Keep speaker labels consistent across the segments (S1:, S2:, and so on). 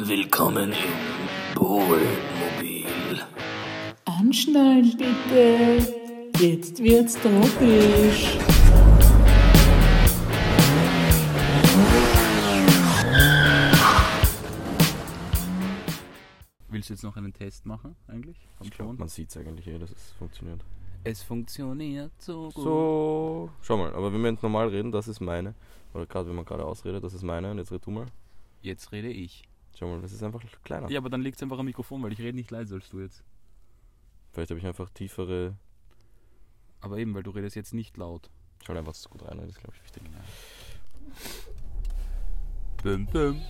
S1: Willkommen im Bullmobil.
S2: Anschnallen bitte. Jetzt wird's tropisch.
S3: Willst du jetzt noch einen Test machen eigentlich? Am
S4: Ich glaube,
S3: Ton?
S4: man sieht es eigentlich eh, dass es funktioniert.
S3: Es funktioniert so gut.
S4: So, schau mal, aber wenn wir jetzt normal reden, das ist meine. Oder gerade wenn man gerade ausredet, das ist meine und jetzt red du mal.
S3: Jetzt rede ich.
S4: Schau mal, das ist einfach kleiner.
S3: Ja, aber dann liegt es einfach am Mikrofon, weil ich rede nicht leiser als du jetzt.
S4: Vielleicht habe ich einfach tiefere.
S3: Aber eben, weil du redest jetzt nicht laut.
S4: Schau einfach, dass es gut rein, das ist, glaube ich, wichtig.
S3: Bum, bum.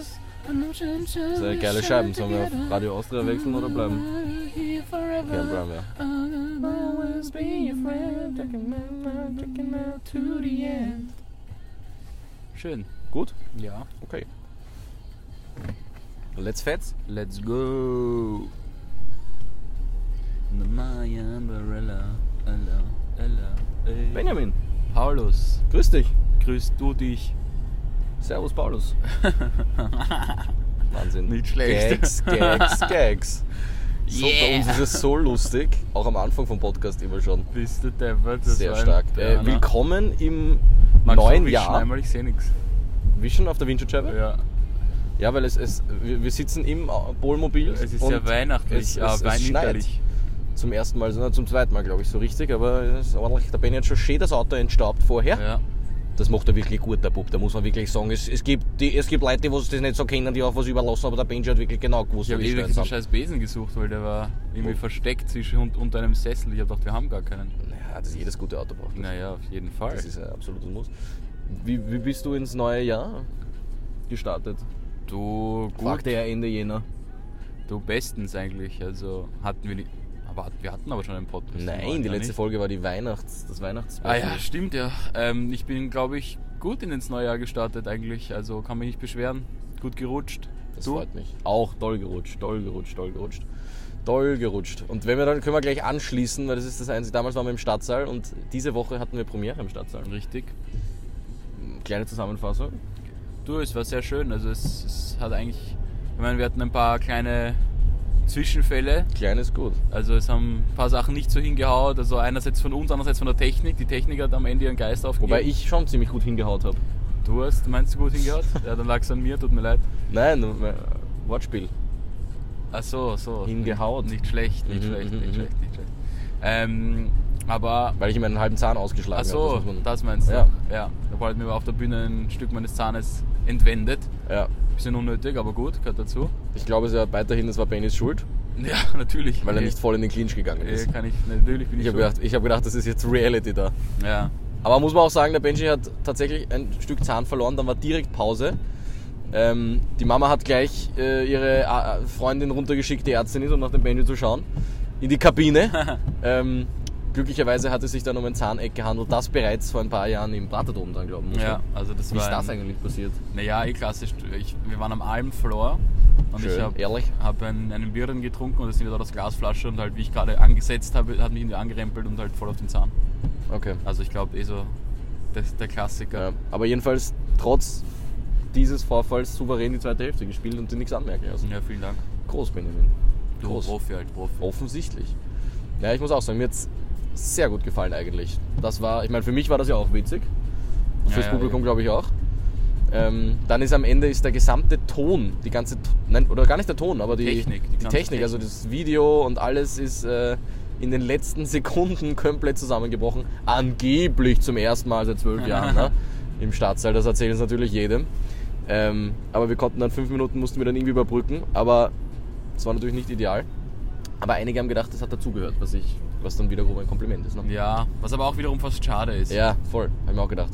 S4: Das ist eine geile Scheiben, sollen wir auf Radio Austria wechseln oder bleiben? Ja, bleiben wir.
S3: Schön.
S4: Gut,
S3: Ja.
S4: okay. Let's fetz.
S3: Let's go. The Maya Umbrella. Ella, Ella, ey.
S4: Benjamin,
S3: Paulus,
S4: grüß dich.
S3: grüß du dich.
S4: Servus, Paulus. Wahnsinn.
S3: Nicht schlecht.
S4: Gags, Gags, Gags. So, Bei
S3: Yeah.
S4: uns ist es so lustig, auch am Anfang vom Podcast immer schon.
S3: Bist du Deppert?
S4: Sehr stark.
S3: ne?
S4: Äh, willkommen im neuen Jahr.
S3: Einmal, ich sehe nichts.
S4: Wischen auf der Windschutzscheibe?
S3: Ja.
S4: Ja, weil es, es wir, wir sitzen im Polmobil.
S3: Es ist sehr weihnachtlich,
S4: es,
S3: äh,
S4: es, es schneit.
S3: weininterlich.
S4: Zum ersten Mal, sondern zum zweiten Mal, glaube ich, so richtig. Aber es ist ordentlich, da bin ich jetzt schon schön das Auto entstaubt vorher.
S3: Ja.
S4: Das macht er wirklich gut, der Bub. Da muss man wirklich sagen, es, es, gibt, die, es gibt Leute, die was das nicht so kennen, die auch was überlassen, aber der Benji hat wirklich genau gewusst,
S3: Ich
S4: wo
S3: habe
S4: die
S3: ewig
S4: Stellen
S3: diesen
S4: sind.
S3: scheiß Besen gesucht, weil der war irgendwie
S4: Wo?
S3: versteckt zwischen, und, unter einem Sessel. Ich habe gedacht, wir haben gar keinen.
S4: Ja, das jedes gute Auto braucht. Das,
S3: Naja, auf jeden Fall.
S4: das ist ein absolutes Muss. Wie, wie bist du ins neue Jahr gestartet?
S3: du, gut.
S4: Fragte er Ende Jänner.
S3: Du bestens eigentlich. Also hatten wir nicht. Aber hat- wir hatten aber schon einen Podcast. im
S4: Nein,
S3: neuen
S4: die
S3: Jahr,
S4: letzte
S3: nicht?
S4: Folge war die Weihnachts, das Weihnachts.
S3: Ah ja, stimmt ja. Ähm, ich bin, glaube ich, gut in ins neue Jahr gestartet eigentlich. Also kann mich nicht beschweren. Gut gerutscht.
S4: Das
S3: du?
S4: freut mich. Auch toll gerutscht, toll gerutscht, toll gerutscht. Toll gerutscht. Und wenn wir dann können wir gleich anschließen, weil das ist das Einzige. Damals waren wir im Stadtsaal und diese Woche hatten wir Premiere im Stadtsaal.
S3: Richtig.
S4: Kleine Zusammenfassung.
S3: Du, es war sehr schön. Also es, es hat eigentlich. Ich meine, wir hatten ein paar kleine Zwischenfälle.
S4: Kleines gut.
S3: Also es haben ein paar Sachen nicht so hingehaut. Also einerseits von uns, andererseits von der Technik. Die Technik hat am Ende ihren Geist aufgegeben.
S4: Wobei ich schon ziemlich gut hingehaut habe.
S3: Du hast, meinst du, gut hingehaut? ja, dann lag es an mir, tut mir leid.
S4: Nein, äh, Wortspiel.
S3: Ach so, so.
S4: Hingehaut.
S3: Nicht schlecht, nicht
S4: Mhm,
S3: schlecht,
S4: mhm,
S3: nicht
S4: mhm.
S3: schlecht, nicht schlecht. Ähm, aber
S4: Weil ich ihm einen halben Zahn ausgeschlagen
S3: Ach
S4: habe.
S3: so,
S4: muss man-
S3: das meinst du?
S4: Ja.
S3: ja. Da wurde mir auf der Bühne ein Stück meines Zahnes entwendet.
S4: ja.
S3: Bisschen unnötig, aber gut, gehört dazu.
S4: Ich glaube es ja weiterhin, es war Bennys Schuld,
S3: Ja, natürlich.
S4: weil er nicht voll in den Clinch gegangen
S3: äh,
S4: ist.
S3: kann ich, natürlich bin ich,
S4: Ich habe
S3: schuld.
S4: gedacht, ich hab gedacht, das ist jetzt Reality da.
S3: Ja.
S4: Aber muss man auch sagen, der Benji hat tatsächlich ein Stück Zahn verloren, dann war direkt Pause. Ähm, die Mama hat gleich äh, ihre äh, Freundin runtergeschickt, die Ärztin ist, um nach dem Benji zu schauen, in die Kabine. ähm, glücklicherweise hat es sich dann um ein Zahneck gehandelt, das bereits vor ein paar Jahren im Platerdom dann, glauben muss.
S3: ja,
S4: man.
S3: also das
S4: Wie
S3: war
S4: ist das
S3: ein-
S4: eigentlich passiert?
S3: Naja, eh klassisch. Ich, wir waren am Almfloor und ich
S4: Schön,
S3: habe
S4: ehrlich.
S3: hab einen, einen Birren getrunken und das sind wir dort aus Glasflasche und halt, wie ich gerade angesetzt habe, hat mich irgendwie angerempelt und halt voll auf den Zahn.
S4: Okay.
S3: Also ich glaube eh so, das ist der Klassiker.
S4: Ja. Aber jedenfalls trotz dieses Vorfalls souverän die zweite Hälfte gespielt und dir nichts anmerken lassen.
S3: Ja, vielen Dank.
S4: Groß, Benjamin.
S3: Du Profi halt, Profi.
S4: Offensichtlich. Ja, ich muss auch sagen, mir hat es sehr gut gefallen eigentlich. Das war, ich meine, für mich war das ja auch witzig.
S3: Ja,
S4: Fürs
S3: ja,
S4: Publikum
S3: ja.
S4: glaube ich auch. Ähm, dann ist am Ende ist der gesamte Ton, die ganze, T- nein, oder gar nicht der Ton, aber die
S3: Technik, die
S4: die
S3: ganze
S4: Technik also das Video und alles ist äh, in den letzten Sekunden komplett zusammengebrochen. Angeblich zum ersten Mal seit zwölf Jahren ne? im Staatssaal, das erzählen es natürlich jedem. Ähm, aber wir konnten dann fünf Minuten, mussten wir dann irgendwie überbrücken, aber es war natürlich nicht ideal. Aber einige haben gedacht, das hat dazugehört, was ich, was dann wiederum ein Kompliment ist. Ne?
S3: Ja, was aber auch wiederum fast schade ist.
S4: Ja, voll, habe ich mir auch gedacht.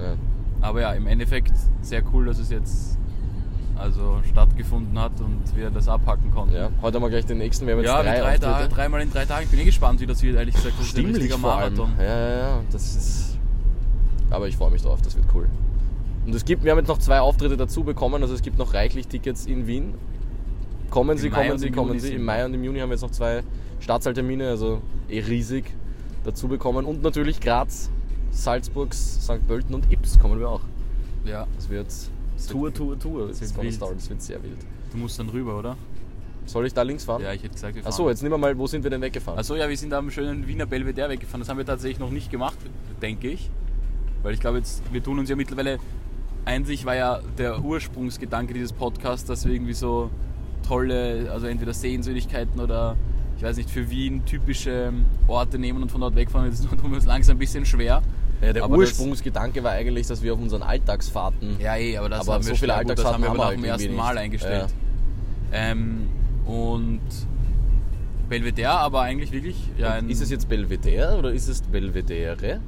S4: Ja.
S3: Aber ja, im Endeffekt sehr cool, dass es jetzt also stattgefunden hat und wir das abhacken konnten.
S4: Ja, heute haben wir gleich den nächsten. Wir haben jetzt
S3: Ja,
S4: drei,
S3: in drei Tage,
S4: Auftritte.
S3: dreimal in drei Tagen. Ich bin eh gespannt, wie das wird, ehrlich gesagt. Das ist ein
S4: Stimmlich
S3: richtiger
S4: vor allem.
S3: Marathon.
S4: Ja, ja, ja. Das ist. Aber ich freue mich drauf, das wird cool. Und es gibt, wir haben jetzt noch zwei Auftritte dazu bekommen, also es gibt noch reichlich Tickets in Wien kommen sie,
S3: Im Mai
S4: kommen
S3: und
S4: sie,
S3: im
S4: kommen
S3: Juni
S4: sie.
S3: sind
S4: Im
S3: wir.
S4: Mai und im Juni haben wir jetzt noch zwei Startsahltermine, also eh riesig dazu bekommen. Und natürlich Graz, Salzburgs, St. Pölten und Ips kommen wir auch.
S3: Ja,
S4: Das wird Tour, Tour, Tour. Das,
S3: wird
S4: wird
S3: wild.
S4: dauern. das wird sehr wild.
S3: du musst dann rüber, oder?
S4: Soll ich Also, da links fahren?
S3: Ja, ich hätte gesagt, wir fahren.
S4: Achso, jetzt nehmen wir mal, wo sind wir denn weggefahren?
S3: Achso, ja, wir sind am schönen Wiener Belvedere weggefahren. Das haben wir tatsächlich noch nicht gemacht, denke ich. Weil ich glaube, jetzt, wir tun uns ja mittlerweile. Eigentlich war ja der Ursprungsgedanke dieses Podcasts, dass wir irgendwie so tolle, also entweder Sehenswürdigkeiten oder ich weiß nicht, für Wien typische Orte nehmen und von dort wegfahren. Jetzt tun wir uns langsam ein bisschen schwer.
S4: ja, der
S3: aber
S4: Ursprungsgedanke war eigentlich, dass wir auf unseren Alltagsfahrten
S3: Ja, eh, aber das
S4: Aber
S3: haben
S4: so
S3: wir
S4: viele
S3: ja, gut, das
S4: Alltagsfahrten
S3: haben wir aber
S4: haben
S3: nach
S4: wir
S3: dem
S4: halt
S3: ersten
S4: irgendwie
S3: Mal
S4: nicht.
S3: eingestellt. Ähm, und Belvedere, aber eigentlich wirklich ja ein,
S4: Ist es jetzt Belvedere oder ist es Belvedere?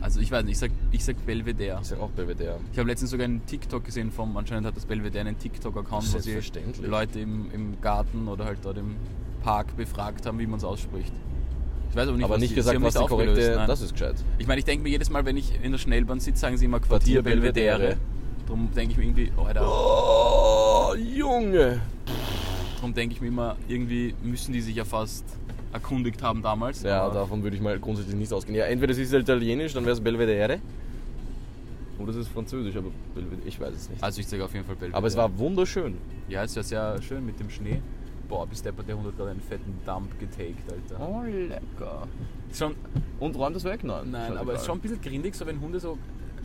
S3: also ich weiß nicht, ich sag, ich sag Belvedere.
S4: Ich sage auch Belvedere.
S3: Ich habe letztens sogar einen TikTok gesehen vom, anscheinend hat das Belvedere einen TikTok-Account, wo sie
S4: Selbstverständlich.
S3: Leute im, im Garten oder halt dort im Park befragt haben, wie man es ausspricht. Ich weiß aber nicht,
S4: aber
S3: was
S4: nicht
S3: die,
S4: gesagt,
S3: sie haben
S4: was die
S3: nicht
S4: korrekte.
S3: aufgelöst, nein.
S4: Das ist gescheit.
S3: Ich meine, ich denke mir jedes Mal, wenn ich in der Schnellbahn sitze, sagen sie immer Quartier,
S4: Quartier
S3: Belvedere.
S4: Belvedere.
S3: Darum denke ich mir irgendwie, Alter,
S4: Oh, Junge!
S3: Darum denke ich mir immer, irgendwie müssen die sich ja fast erkundigt haben damals.
S4: Ja,
S3: aber
S4: davon würde ich mal grundsätzlich nicht ausgehen. Ja, entweder es ist italienisch, dann wäre es Belvedere. Oder es ist französisch, aber Belvedere, ich weiß es nicht.
S3: Also ich sage auf jeden Fall Belvedere.
S4: aber es war wunderschön.
S3: Ja, es war sehr schön mit dem Schnee. Boah, bis der der Hund hat gerade einen fetten Dump getaked, Alter.
S4: Oh, lecker. halt
S3: Ist schon,
S4: Und räumt das weg? Nein.
S3: nein, aber es ist schon ein bisschen grindig, so wenn Hunde so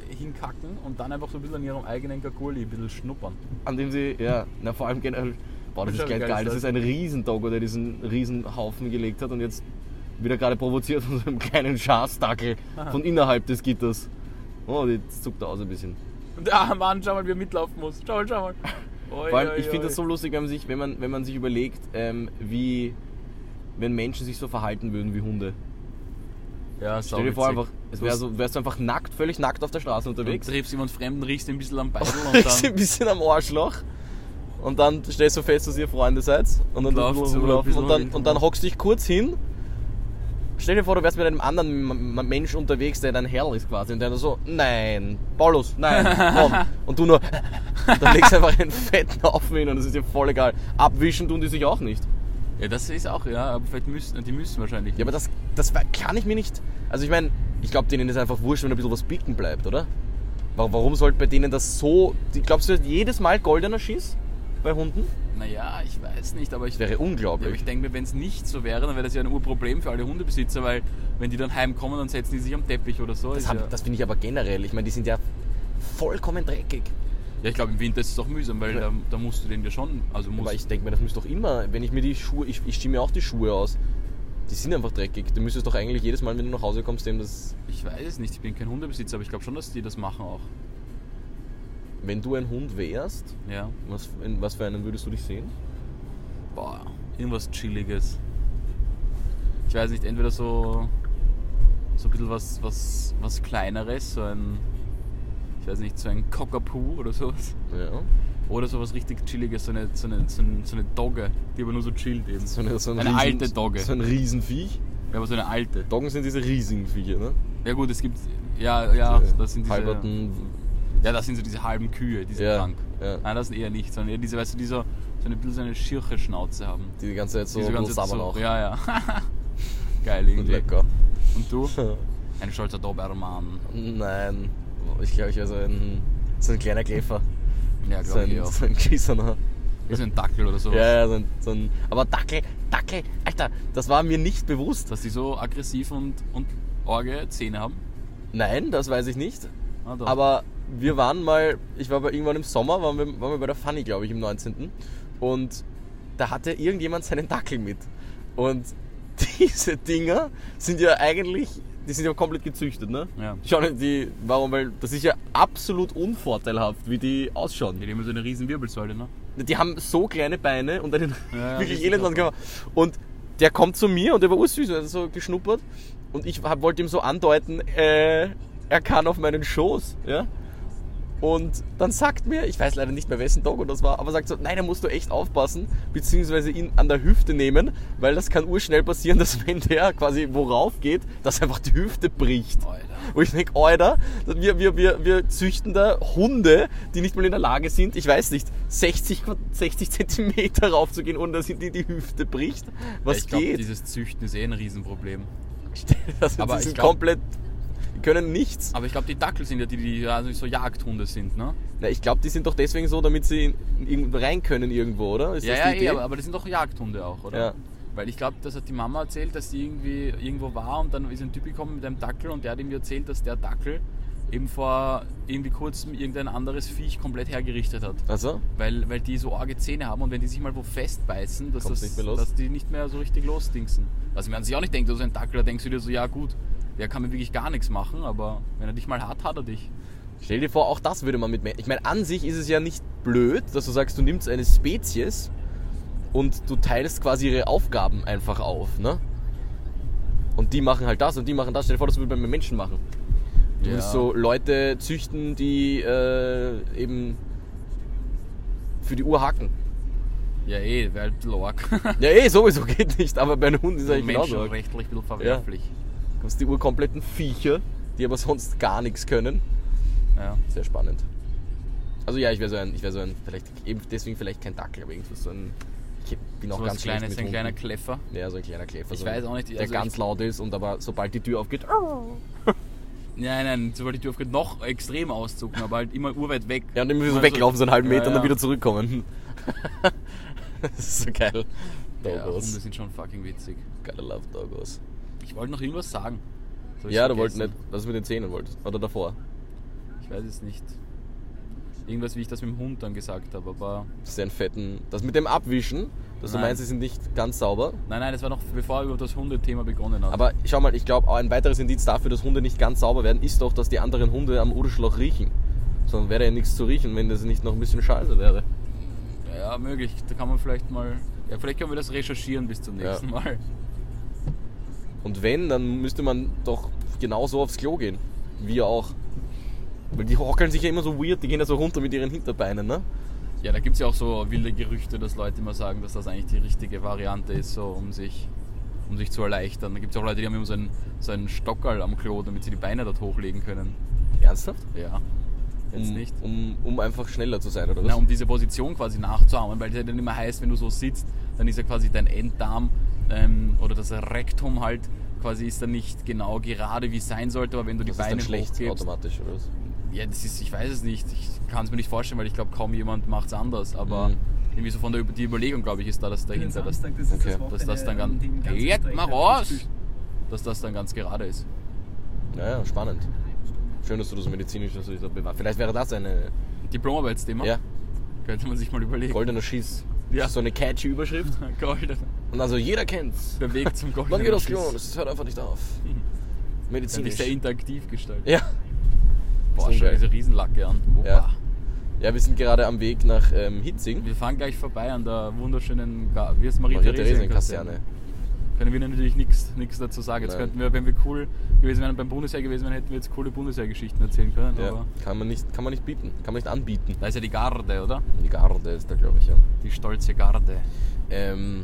S3: äh, hinkacken und dann einfach so ein bisschen an ihrem eigenen Kakuli ein bisschen schnuppern.
S4: An dem sie, ja, na vor allem generell. Boah, das
S3: Ist
S4: ist
S3: schon
S4: geil,
S3: geil,
S4: geil. Das
S3: das
S4: ist ein Riesendoggo, der diesen Riesenhaufen gelegt hat und jetzt wieder gerade provoziert von so einem kleinen Schafsdackel von innerhalb des Gitters. Oh, die zuckt da aus ein bisschen.
S3: Und ah, Mann, schau mal, wie er mitlaufen muss. Schau mal, schau mal. Oi,
S4: Vor allem,
S3: oi,
S4: ich finde das
S3: oi.
S4: so lustig, wenn man sich, wenn man, wenn man sich überlegt, ähm, wie wenn Menschen sich so verhalten würden wie Hunde.
S3: Ja,
S4: Stell dir vor, einfach, es wär so, wärst du einfach nackt, völlig nackt auf der Straße
S3: Du
S4: unterwegs.
S3: triffst jemand Fremden, riechst ihn ein bisschen am Beitel und dann...
S4: Riechst ein bisschen am Arschloch. Und dann stellst du fest, dass ihr Freunde seid. Und dann
S3: Lauft
S4: laufen
S3: so ein
S4: rumlaufen.
S3: bisschen
S4: Und dann,
S3: rum.
S4: und dann hockst dich kurz hin. Stell dir vor, du wärst mit einem anderen M- M- Mensch unterwegs, der dein Herr ist quasi. Und der dann so, nein, Paulus, nein, komm. Und du nur, und dann legst du einfach einen fetten Haufen hin und das ist dir voll egal. Abwischen tun die sich auch nicht.
S3: Ja, das ist auch, ja, aber vielleicht müssen, die müssen wahrscheinlich.
S4: Ja, aber das, das war- kann ich mir nicht. Also ich meine, ich glaube, denen ist einfach wurscht, wenn ein bisschen was bicken bleibt, oder? Wa- Warum sollte bei denen das so. die- Glaubst du, jedes Mal goldener Schiss bei Hunden?
S3: Naja, ich weiß nicht, aber ich,
S4: Das wäre
S3: ja, aber
S4: unglaublich.
S3: ich denke mir, wenn es nicht so wäre, dann wäre das ja ein Urproblem für alle Hundebesitzer, weil wenn die dann heimkommen, dann setzen die sich am Teppich oder so.
S4: das
S3: Ist
S4: hab-
S3: ja,
S4: das finde ich aber generell. Ich meine, die sind ja vollkommen dreckig.
S3: ja, ich glaube, im Winter ist es auch mühsam, weil da, da musst du den ja schon, also musst,
S4: Aber ich denke mir, das müsste doch immer, wenn ich mir die Schuhe, ich, ich stimme mir auch die Schuhe aus. Die sind einfach dreckig. Du müsstest doch eigentlich jedes Mal, wenn du nach Hause kommst, dem das.
S3: ich weiß es nicht, ich bin kein Hundebesitzer, aber ich glaube schon, dass die das machen auch.
S4: Wenn du ein Hund wärst,
S3: Ja.
S4: was, in was für einen würdest du dich sehen?
S3: Boah, irgendwas Chilliges. Ich weiß nicht, entweder so, so ein bisschen was, was, was Kleineres, so ein, ich weiß nicht, so ein Cockapoo oder sowas.
S4: Ja.
S3: Oder sowas richtig Chilliges, so eine, so eine, so eine, so eine Dogge, die aber nur so chillt eben.
S4: So eine, so ein
S3: Eine
S4: Riesen-
S3: alte Dogge.
S4: So ein Riesenviech.
S3: Ja, aber so eine alte.
S4: Doggen sind diese riesigen Viecher, ne?
S3: Ja gut, es gibt, ja, ja, das sind diese,
S4: Halberten.
S3: ja, das sind so diese halben Kühe, die sind
S4: Ja,
S3: krank.
S4: ja.
S3: Nein, das sind eher nicht, sondern eher diese, weißt du, die so, so eine bisschen so eine schirche Schnauze haben.
S4: Die die ganze Zeit so
S3: Die
S4: ein bisschen
S3: Zeit
S4: sabbern auch.
S3: Ja, ja. Geil
S4: Und
S3: irgendwie.
S4: lecker.
S3: Und du? Ein stolzer Dobermann.
S4: Nein. Ich glaube, ich wäre so ein, so ein kleiner Käfer.
S3: Ja,
S4: So
S3: glaube ich
S4: ein,
S3: auch.
S4: so ein Gießener.
S3: Ist ein Dackel oder sowas.
S4: Ja, ja, so ein, so ein. Aber Dackel, Dackel, Alter, das war mir nicht bewusst.
S3: Dass die so aggressiv und, und orge Zähne haben.
S4: Nein, das weiß ich nicht.
S3: Ah, doch.
S4: Aber wir waren mal, ich war bei, irgendwann im Sommer, waren wir, waren wir bei der Funny, glaube ich, im 19. Und da hatte irgendjemand seinen Dackel mit. Und diese Dinger sind ja eigentlich, die sind ja komplett gezüchtet, ne?
S3: Ja.
S4: Schau, die, warum? Weil das ist ja absolut unvorteilhaft, wie die
S3: Ja,
S4: ausschauen.
S3: die haben so eine riesen Wirbelsäule, ne?
S4: Die haben so kleine Beine und einen
S3: Ja, ja,
S4: wirklich
S3: richtig
S4: elenden Körper. Und der kommt zu mir und der war ursüß, er hat so geschnuppert. Und ich hab, wollte ihm so andeuten, äh, er kann auf meinen Schoß, ja? Und dann sagt mir, ich weiß leider nicht mehr, wessen Dogo das war, aber sagt so, nein, da musst du echt aufpassen, beziehungsweise ihn an der Hüfte nehmen, weil das kann urschnell passieren, dass wenn der quasi worauf geht, dass einfach die Hüfte bricht.
S3: Alter.
S4: Wo ich denke, Alter, wir, wir, wir, wir züchten da Hunde, die nicht mal in der Lage sind, ich weiß nicht, 60, Quad- 60 Zentimeter raufzugehen, ohne dass ihnen die, die Hüfte bricht. Was
S3: ich glaube,
S4: geht?
S3: dieses Züchten ist eh ein Riesenproblem.
S4: das
S3: aber
S4: aber
S3: ich
S4: sind
S3: glaub-
S4: komplett, die können nichts.
S3: Aber ich glaube, die Dackel sind ja die, die also so Jagdhunde sind, ne?
S4: Na, ich glaube, die sind doch deswegen so, damit sie in, in, rein können irgendwo, oder? Ist
S3: ja,
S4: das
S3: ja,
S4: die
S3: eh,
S4: Idee?
S3: aber, aber das sind doch Jagdhunde auch, oder?
S4: Ja.
S3: Weil ich glaube, das hat die Mama erzählt, dass sie irgendwie irgendwo war und dann ist ein Typ gekommen mit einem Dackel und der hat ihm erzählt, dass der Dackel eben vor irgendwie kurzem irgendein anderes Viech komplett hergerichtet hat.
S4: Also?
S3: Weil, weil die so arge Zähne haben und wenn die sich mal wo festbeißen, dass,
S4: Kommt's
S3: das,
S4: nicht mehr los.
S3: dass die nicht mehr so richtig losdingsen. Was man sich auch nicht denkt, also ein Dackel, da denkst du dir so, ja gut, der kann mir wirklich gar nichts machen, aber wenn er dich mal hat, hat er dich.
S4: Stell dir vor, auch das würde man mit Menschen. Ich meine, an sich ist es ja nicht blöd, dass du sagst, du nimmst eine Spezies und du teilst quasi ihre Aufgaben einfach auf, ne? Und die machen halt das und die machen das. Stell dir vor, das würde man mit Menschen machen. Du
S3: Ja.
S4: willst so Leute züchten, die äh, eben für die Uhr hacken.
S3: Ja eh, wäre halt ein bisschen arg.
S4: Ja, eh, sowieso geht nicht, aber bei einem Hund ist es eigentlich genauso.
S3: Menschenrechtlich ein bisschen verwerflich.
S4: kommst die urkompletten Viecher, die aber sonst gar nichts können.
S3: Ja.
S4: Sehr spannend. Also ja, ich wäre so ein, ich wäre so ein, vielleicht eben deswegen vielleicht kein Dackel, aber irgendwas so ein, ich bin auch
S3: So
S4: ganz
S3: was
S4: schlecht
S3: kleines,
S4: mit
S3: ein kleiner
S4: Hunden.
S3: Kleffer.
S4: Ja, so ein kleiner Käfer.
S3: Ich
S4: so,
S3: weiß auch nicht,
S4: der
S3: also
S4: ganz
S3: ich-
S4: laut ist und aber sobald die Tür aufgeht,
S3: Nein, nein, sobald die Tür aufgeht, noch extrem auszucken, aber halt immer urweit weg.
S4: ja und dann müssen
S3: Immer
S4: wir weglaufen so einen halben
S3: Also- Ja,
S4: Meter und
S3: ja.
S4: dann wieder zurückkommen. das ist so geil. Oh
S3: Ja, Hunde
S4: Dogos.
S3: sind schon fucking witzig.
S4: Gotta love Dogos.
S3: Ich wollte noch irgendwas sagen. Das hab ich
S4: Ja, du wolltest
S3: vergessen.
S4: nicht, was du mit den Zähnen wolltest. Oder davor.
S3: Ich weiß es nicht. Irgendwas, wie ich das mit dem Hund dann gesagt habe, aber.
S4: Das ist ja ein fetten. Das mit dem Abwischen, dass du
S3: Nein.
S4: meinst, sie sind nicht ganz sauber.
S3: Nein, nein, das war noch bevor er über das Hundethema begonnen hat.
S4: Aber schau mal, ich glaube, ein weiteres Indiz dafür, dass Hunde nicht ganz sauber werden, ist doch, dass die anderen Hunde am Urschloch riechen. Sonst wäre ja nichts zu riechen, wenn das nicht noch ein bisschen scheiße wäre.
S3: ja, möglich. Da kann man vielleicht mal. Ja, vielleicht können wir das recherchieren bis zum
S4: Ja.
S3: nächsten Mal.
S4: Und wenn, dann müsste man doch genauso aufs Klo gehen. Wir auch. Weil die hockeln sich ja immer so weird, die gehen ja so runter mit ihren Hinterbeinen, ne?
S3: Ja, da gibt es ja auch so wilde Gerüchte, dass Leute immer sagen, dass das eigentlich die richtige Variante ist, so um sich, um sich zu erleichtern. Da gibt es auch Leute, die haben immer so einen, so einen Stockerl am Klo, damit sie die Beine dort hochlegen können.
S4: Ernsthaft?
S3: Ja. Jetzt
S4: um,
S3: nicht.
S4: Um, um einfach schneller zu sein, oder was?
S3: Na, um diese Position quasi nachzuahmen, weil es ja dann immer heißt, wenn du so sitzt, dann ist ja quasi dein Enddarm ähm, oder das Rektum halt quasi ist dann nicht genau gerade, wie es sein sollte, aber wenn du die
S4: das ist
S3: Beine
S4: dann schlecht
S3: hochgibst,
S4: automatisch, oder was?
S3: ja, das ist, ich weiß es nicht, ich kann es mir nicht vorstellen, weil ich glaube, kaum jemand macht es anders, aber
S4: Mhm.
S3: irgendwie so von der Über- die Überlegung, glaube ich, ist da das dahinter, dass,
S5: Samstag, das ist
S4: okay.
S5: das Wochenende,
S3: dass das dann
S5: an dem
S3: ganz,
S5: ganzen
S3: jetzt
S5: Dreck
S3: mal
S5: da
S3: raus, dass das dann ganz gerade ist.
S4: Naja, spannend. Schön, dass du das medizinisch dass du dich da bewahrst. Vielleicht wäre das eine.
S3: Diplomarbeitsthema,
S4: Ja,
S3: könnte man sich mal überlegen.
S4: goldener Schiss.
S3: Ja.
S4: So eine catchy Überschrift.
S3: Gold.
S4: Und also jeder kennt's.
S3: Der Weg zum Gold.
S4: Man geht aufs Klo und es hört einfach nicht auf.
S3: Dann ist
S4: Medizinisch.
S3: sehr interaktiv gestaltet.
S4: Ja.
S3: Boah,
S4: Ist
S3: schau
S4: ungeil.
S3: diese Riesenlacke an. Opa.
S4: Ja. ja, wir sind gerade am Weg nach ähm, Hitzing.
S3: Wir fahren gleich vorbei an der wunderschönen, Ga- wie ist
S4: Maria-Theresien-Kaserne.
S3: Können wir natürlich nichts dazu sagen. Jetzt
S4: Nein.
S3: könnten wir, wenn wir cool gewesen wären und beim Bundesheer gewesen wären, hätten wir jetzt coole Bundesheergeschichten erzählen können.
S4: Ja,
S3: Aber
S4: kann man, nicht, kann man nicht bieten. Kann man nicht anbieten.
S3: da ist ja die Garde, oder?
S4: Die Garde ist da, glaube ich, ja.
S3: Die stolze Garde.
S4: Ähm,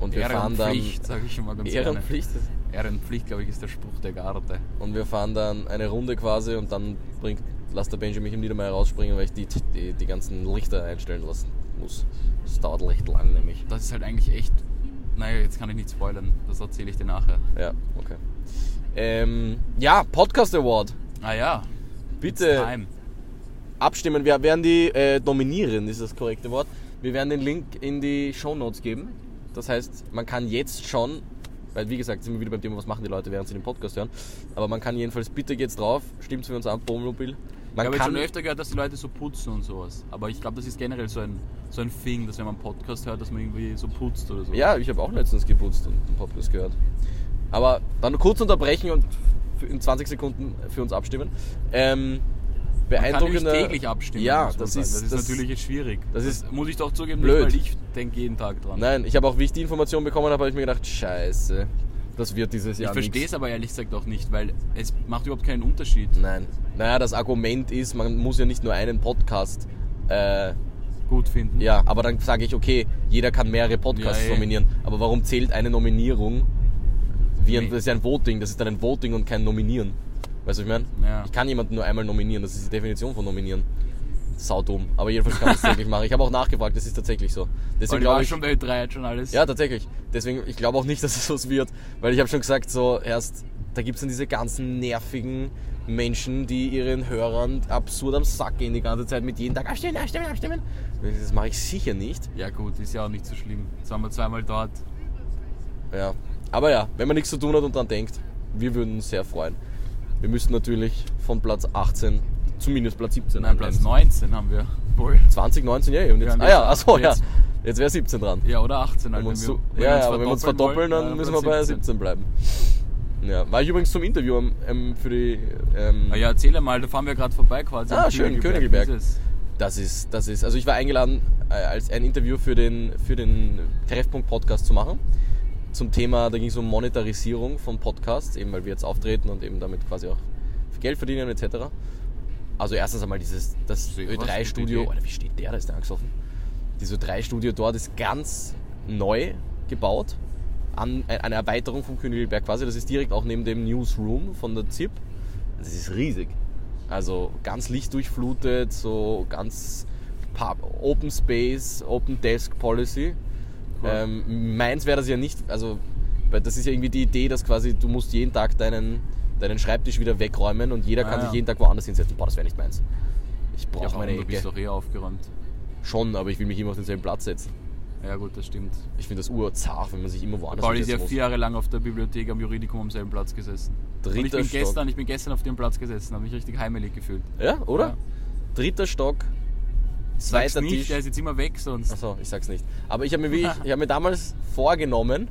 S4: und wir fahren dann.
S3: Ehrenpflicht, sage ich immer ganz
S4: Ehrenpflicht.
S3: gerne. Ehrenpflicht, glaube ich, ist der Spruch der Garde.
S4: Und wir fahren dann eine Runde quasi und dann bringt, lasst der Benji mich im Niedermeyer rausspringen, weil ich die, die, die ganzen Lichter einstellen lassen muss. Das dauert recht lang nämlich.
S3: Das ist halt eigentlich echt. Naja, jetzt kann ich nicht spoilern. Das erzähle ich dir nachher.
S4: Ja, okay. Ähm, ja, Podcast Award.
S3: Ah ja.
S4: Bitte
S3: Time.
S4: abstimmen. Wir werden die äh, nominieren, ist das korrekte Wort. Wir werden den Link in die Show Notes geben. Das heißt, man kann jetzt schon, weil wie gesagt, sind wir wieder beim Thema, was machen die Leute, während sie den Podcast hören. Aber man kann jedenfalls, bitte geht's drauf, stimmt's für uns an, Bommobil.
S3: ich
S4: Man
S3: habe jetzt
S4: kann
S3: schon öfter gehört, dass die Leute so putzen und sowas. Aber ich glaube, das ist generell so ein, so ein Thing, dass wenn man einen Podcast hört, dass man irgendwie so putzt oder so.
S4: Ja, ich habe auch letztens geputzt und einen Podcast gehört. Aber dann kurz unterbrechen und für- in 20 Sekunden für uns abstimmen.
S3: man
S4: Ähm,
S3: kann
S4: beeindruckender.
S3: nicht täglich abstimmen.
S4: Ja,
S3: muss man
S4: das
S3: sagen.
S4: ist,
S3: das ist natürlich jetzt schwierig.
S4: das ist
S3: muss ich doch zugeben,
S4: blöd.
S3: Nicht, weil ich denke jeden Tag dran.
S4: Nein, ich habe auch, wie ich die Information bekommen habe, habe ich mir gedacht, scheiße. Das wird dieses
S3: Ich
S4: Jahr
S3: verstehe
S4: nichts.
S3: es aber ehrlich gesagt auch nicht, weil es macht überhaupt keinen Unterschied.
S4: Nein. Naja, das Argument ist, man muss ja nicht nur einen Podcast. Äh,
S3: Gut finden.
S4: ja, aber dann sage ich, okay, jeder kann mehrere Podcasts
S3: Ja, eh.
S4: nominieren. Aber warum zählt eine Nominierung? Wie ein,
S3: Nee.
S4: Das ist ja ein Voting, das ist dann ein Voting und kein Nominieren. Weißt du, was ich meine?
S3: Ja.
S4: Ich kann jemanden nur einmal nominieren, das ist die Definition von nominieren. Sau dumm. Aber jedenfalls kann man es tatsächlich machen. Ich habe auch nachgefragt, das ist tatsächlich so. Deswegen
S3: Weil du
S4: glaube
S3: warst
S4: ich.
S3: schon bei Ö3 hat schon alles.
S4: Ja, tatsächlich. Deswegen, ich glaube auch nicht, dass es was wird, weil ich habe schon gesagt, so erst, da gibt es dann diese ganzen nervigen Menschen, die ihren Hörern absurd am Sack gehen die ganze Zeit mit jedem Tag "Ah, abstimmen, abstimmen, abstimmen. Das mache ich sicher nicht.
S3: ja gut, ist ja auch nicht so schlimm. Jetzt waren wir zweimal dort.
S4: Ja. Aber ja, wenn man nichts zu tun hat und dann denkt, wir würden uns sehr freuen. Wir müssen natürlich von Platz 18, zumindest Platz 17
S3: Nein, Platz
S4: einblenden.
S3: 19 haben wir. Wohl.
S4: 20, 19, ja, eh, und jetzt.
S3: Ja,
S4: Ah ja,
S3: jetzt-
S4: achso, ja.
S3: jetzt-
S4: Jetzt wäre 17 dran.
S3: Ja, oder 18.
S4: Wenn
S3: Alter.
S4: wir uns
S3: Wir-
S4: zu,
S3: wenn wir
S4: ja,
S3: uns
S4: ja, aber wenn wir uns verdoppeln,
S3: wollen,
S4: dann
S3: äh,
S4: müssen wir
S3: Platz
S4: bei 17 bleiben. Ja, war ich übrigens zum Interview am, ähm, für die. Ähm,
S3: Ah, ja, erzähl mal, da fahren wir gerade vorbei quasi.
S4: Ah,
S3: am
S4: schön, Königelberg.
S3: Dieses-
S4: Das ist, das ist. Also ich war eingeladen, äh, als ein Interview für den, für den Treffpunkt Podcast zu machen. Zum Thema, da ging es um Monetarisierung von Podcasts, eben weil wir jetzt auftreten und eben damit quasi auch Geld verdienen etc. Also erstens einmal dieses das
S3: Seht was,
S4: Ö3-Studio.
S3: gute Idee.
S4: Alter, wie steht der? Da ist der angesoffen. Dieses Ö3-Studio dort ist ganz neu gebaut. An, äh, eine Erweiterung vom Königelberg quasi. Das ist direkt auch neben dem Newsroom von der ZIP. Das ist riesig. Also ganz lichtdurchflutet, so ganz pa- Open Space, Open Desk Policy.
S3: Cool.
S4: Ähm, meins wäre das ja nicht, also weil das ist ja irgendwie die Idee, dass quasi du musst jeden Tag deinen, deinen Schreibtisch wieder wegräumen und jeder
S3: Ah,
S4: kann
S3: ja.
S4: sich jeden Tag woanders hinsetzen. Boah, das wäre nicht meins. Ich
S3: Ja,
S4: brauche
S3: warum,
S4: meine
S3: du bist
S4: Ecke.
S3: doch eher aufgeräumt.
S4: Schon, aber ich will mich immer auf denselben Platz setzen.
S3: Ja gut, das stimmt.
S4: Ich finde das urzart, wenn man sich immer woanders
S3: Paul ist ja
S4: hinsetzen
S3: vier Jahre lang auf der Bibliothek am Juridikum am selben Platz gesessen. und ich
S4: Dritter
S3: bin
S4: Stock.
S3: gestern, ich bin gestern auf dem Platz gesessen, habe mich richtig heimelig gefühlt.
S4: muss. Ja, oder?
S3: Ja.
S4: Dritter Stock,
S3: Sag's
S4: zweiter
S3: nicht,
S4: Tisch. Also,
S3: der ist jetzt immer weg sonst.
S4: Achso, ich sag's nicht. Aber ich habe mir, wirklich- ich hab mir damals vorgenommen,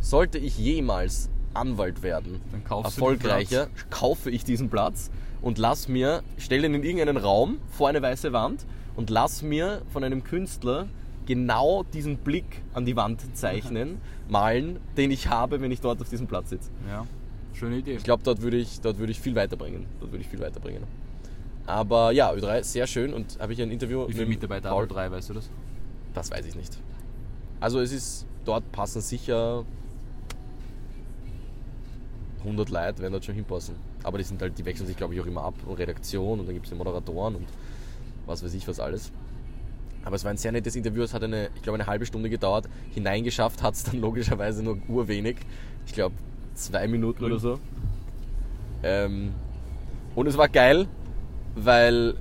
S4: sollte ich jemals Anwalt werden,
S3: Dann kaufst du
S4: erfolgreicher, kaufe ich diesen Platz und lass mir, stell den in irgendeinen Raum vor eine weiße Wand und lass mir von einem Künstler genau diesen Blick an die Wand zeichnen, malen, den ich habe, wenn ich dort auf diesem Platz sitze.
S3: Ja, schöne Idee.
S4: Ich glaube, dort würde ich, dort würde ich viel weiterbringen. Dort würde ich viel weiterbringen. Aber ja, Ö3 sehr schön und habe ich ein Interview
S3: Wie viele
S4: mit
S3: Mitarbeiter
S4: Paul
S3: haben drei, weißt du das?
S4: das weiß ich nicht. Also es ist, dort passen sicher 100 Leute, werden dort schon hinpassen. Aber die sind halt, die wechseln sich glaube ich auch immer ab und Redaktion und dann gibt es die Moderatoren und was weiß ich was alles. Aber es war ein sehr nettes Interview, es hat eine, ich glaube eine halbe Stunde gedauert. Hineingeschafft hat es dann logischerweise nur urwenig. Ich glaube zwei Minuten oder so. Ähm, und es war geil, weil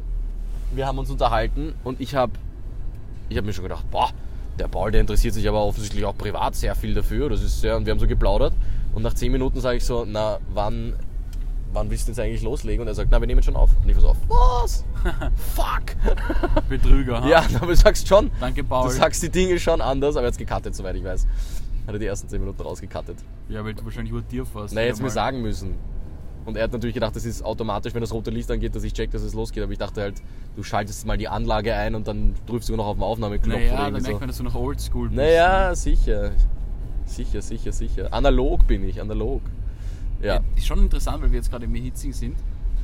S4: wir haben uns unterhalten und ich habe ich habe mir schon gedacht, boah, der Paul, der interessiert sich aber offensichtlich auch privat sehr viel dafür. Das ist sehr, und wir haben so geplaudert. Und nach zehn Minuten sage ich so, na, wann, wann willst du jetzt eigentlich loslegen? Und er sagt, na, wir nehmen schon auf. Und ich war so, was? Fuck!
S3: Betrüger, ha?
S4: ja, aber du sagst schon,
S3: Danke,
S4: du
S3: Paul.
S4: sagst die Dinge schon anders, aber er hat's gecuttet, soweit ich weiß. Hat er die ersten zehn Minuten rausgecuttet.
S3: Ja, weil du wahrscheinlich nur dir fährst.
S4: Na,
S3: wieder
S4: jetzt mir
S3: mal.
S4: sagen müssen. Und er hat natürlich gedacht, das ist automatisch, wenn das rote Licht angeht, dass ich check, dass es losgeht. Aber ich dachte halt, du schaltest mal die Anlage ein und dann drückst du noch auf den Aufnahmeknopf oder
S3: Naja, dann
S4: irgendwie so.
S3: merkt man, dass du noch oldschool bist.
S4: Naja, sicher. Sicher, sicher, sicher. Analog bin ich, analog. Ja,
S3: Ist schon interessant, weil wir jetzt gerade im Hitzing sind,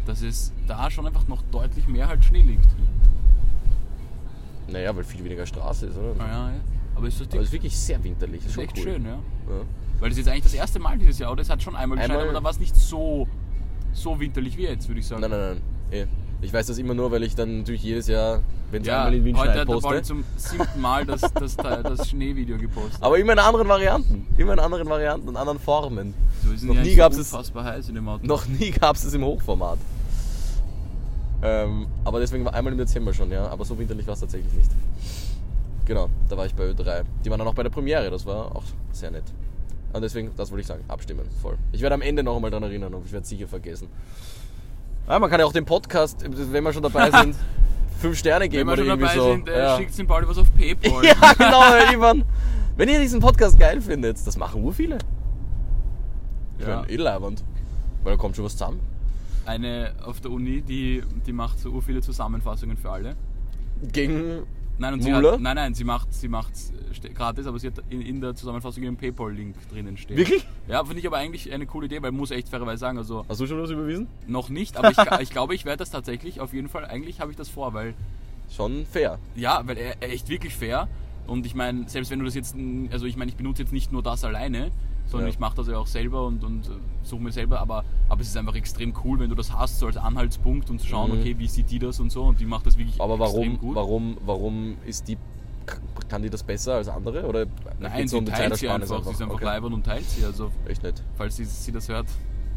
S3: dass es da schon einfach noch deutlich mehr halt Schnee liegt.
S4: naja, weil viel weniger Straße ist, oder?
S3: Ah, ja, ja. Aber es ist,
S4: Aber
S3: richtig,
S4: es ist wirklich sehr winterlich. Das
S3: ist
S4: ist schon
S3: echt
S4: cool.
S3: schön, ja.
S4: Ja.
S3: Weil das ist jetzt eigentlich das erste Mal dieses Jahr, oder? Es hat schon einmal geschneit,
S4: Einmal-
S3: aber dann war es nicht so, so winterlich wie jetzt, würde ich sagen.
S4: Nein, nein, nein. Eh. Ich weiß das immer nur, weil ich dann natürlich jedes Jahr, wenn es
S3: Ja,
S4: einmal in Wien
S3: heute
S4: schneit,
S3: hat der Paul
S4: poste.
S3: zum siebten Mal das, das, Teil- das Schneevideo gepostet.
S4: Aber immer in anderen Varianten. Immer in anderen Varianten und anderen Formen.
S3: So, es ist
S4: noch
S3: ja
S4: nie
S3: so
S4: gab's es-
S3: unfassbar heiß in dem Auto.
S4: Noch nie gab es es im Hochformat. Ähm, aber deswegen war einmal im Dezember schon, ja. Aber so winterlich war es tatsächlich nicht. Genau, da war ich bei Ö3. Die waren dann auch bei der Premiere, das war auch sehr nett. Und deswegen, das wollte ich sagen, abstimmen, voll. Ich werde am Ende noch einmal dran erinnern und ich werde es sicher vergessen. Ah, man kann ja auch den Podcast, wenn wir schon dabei sind, fünf Sterne
S3: Wenn
S4: geben
S3: wir
S4: oder
S3: schon
S4: irgendwie
S3: dabei
S4: so.
S3: sind, äh,
S4: ja.
S3: schickt den Paul was auf Paypal.
S4: ja, genau, Herr Ivan. Wenn ihr diesen Podcast geil findet, das machen nur viele. Ich
S3: Ja.
S4: meine, eh leibend. Weil da kommt schon was zusammen.
S3: Eine auf der Uni, die, die macht so viele Zusammenfassungen für alle.
S4: gegen
S3: Nein, und sie
S4: Muller?
S3: hat, nein, nein, sie macht sie macht's äh, ste- gratis, aber sie hat in, in der Zusammenfassung ihren PayPal-Link drinnen stehen.
S4: Wirklich?
S3: Ja, finde ich aber eigentlich eine coole Idee, weil muss echt fairerweise sagen, also
S4: Hast du schon was überwiesen?
S3: noch nicht, aber ich, ich glaube, ich werde das tatsächlich auf jeden Fall, eigentlich habe ich das vor, weil
S4: Schon fair.
S3: ja, weil er er echt wirklich fair. Und ich meine, selbst wenn du das jetzt, n- also ich meine, ich benutze jetzt nicht nur das alleine, sondern
S4: Ja.
S3: ich mache das ja auch selber und, und äh, suche mir selber, aber, aber es ist einfach extrem cool, wenn du das hast, so als Anhaltspunkt und zu schauen,
S4: Mhm.
S3: okay, wie sieht die das und so und die macht das wirklich
S4: Aber
S3: extrem
S4: warum,
S3: gut.
S4: warum, warum ist die, kann die das besser als andere? Oder
S3: Nein,
S4: geht's um
S3: sie
S4: die
S3: teilt sie
S4: Zeitersparnis
S3: einfach, sie ist einfach
S4: Okay.
S3: okay. live und teilt sie, also
S4: Echt nett.
S3: falls sie, sie das hört,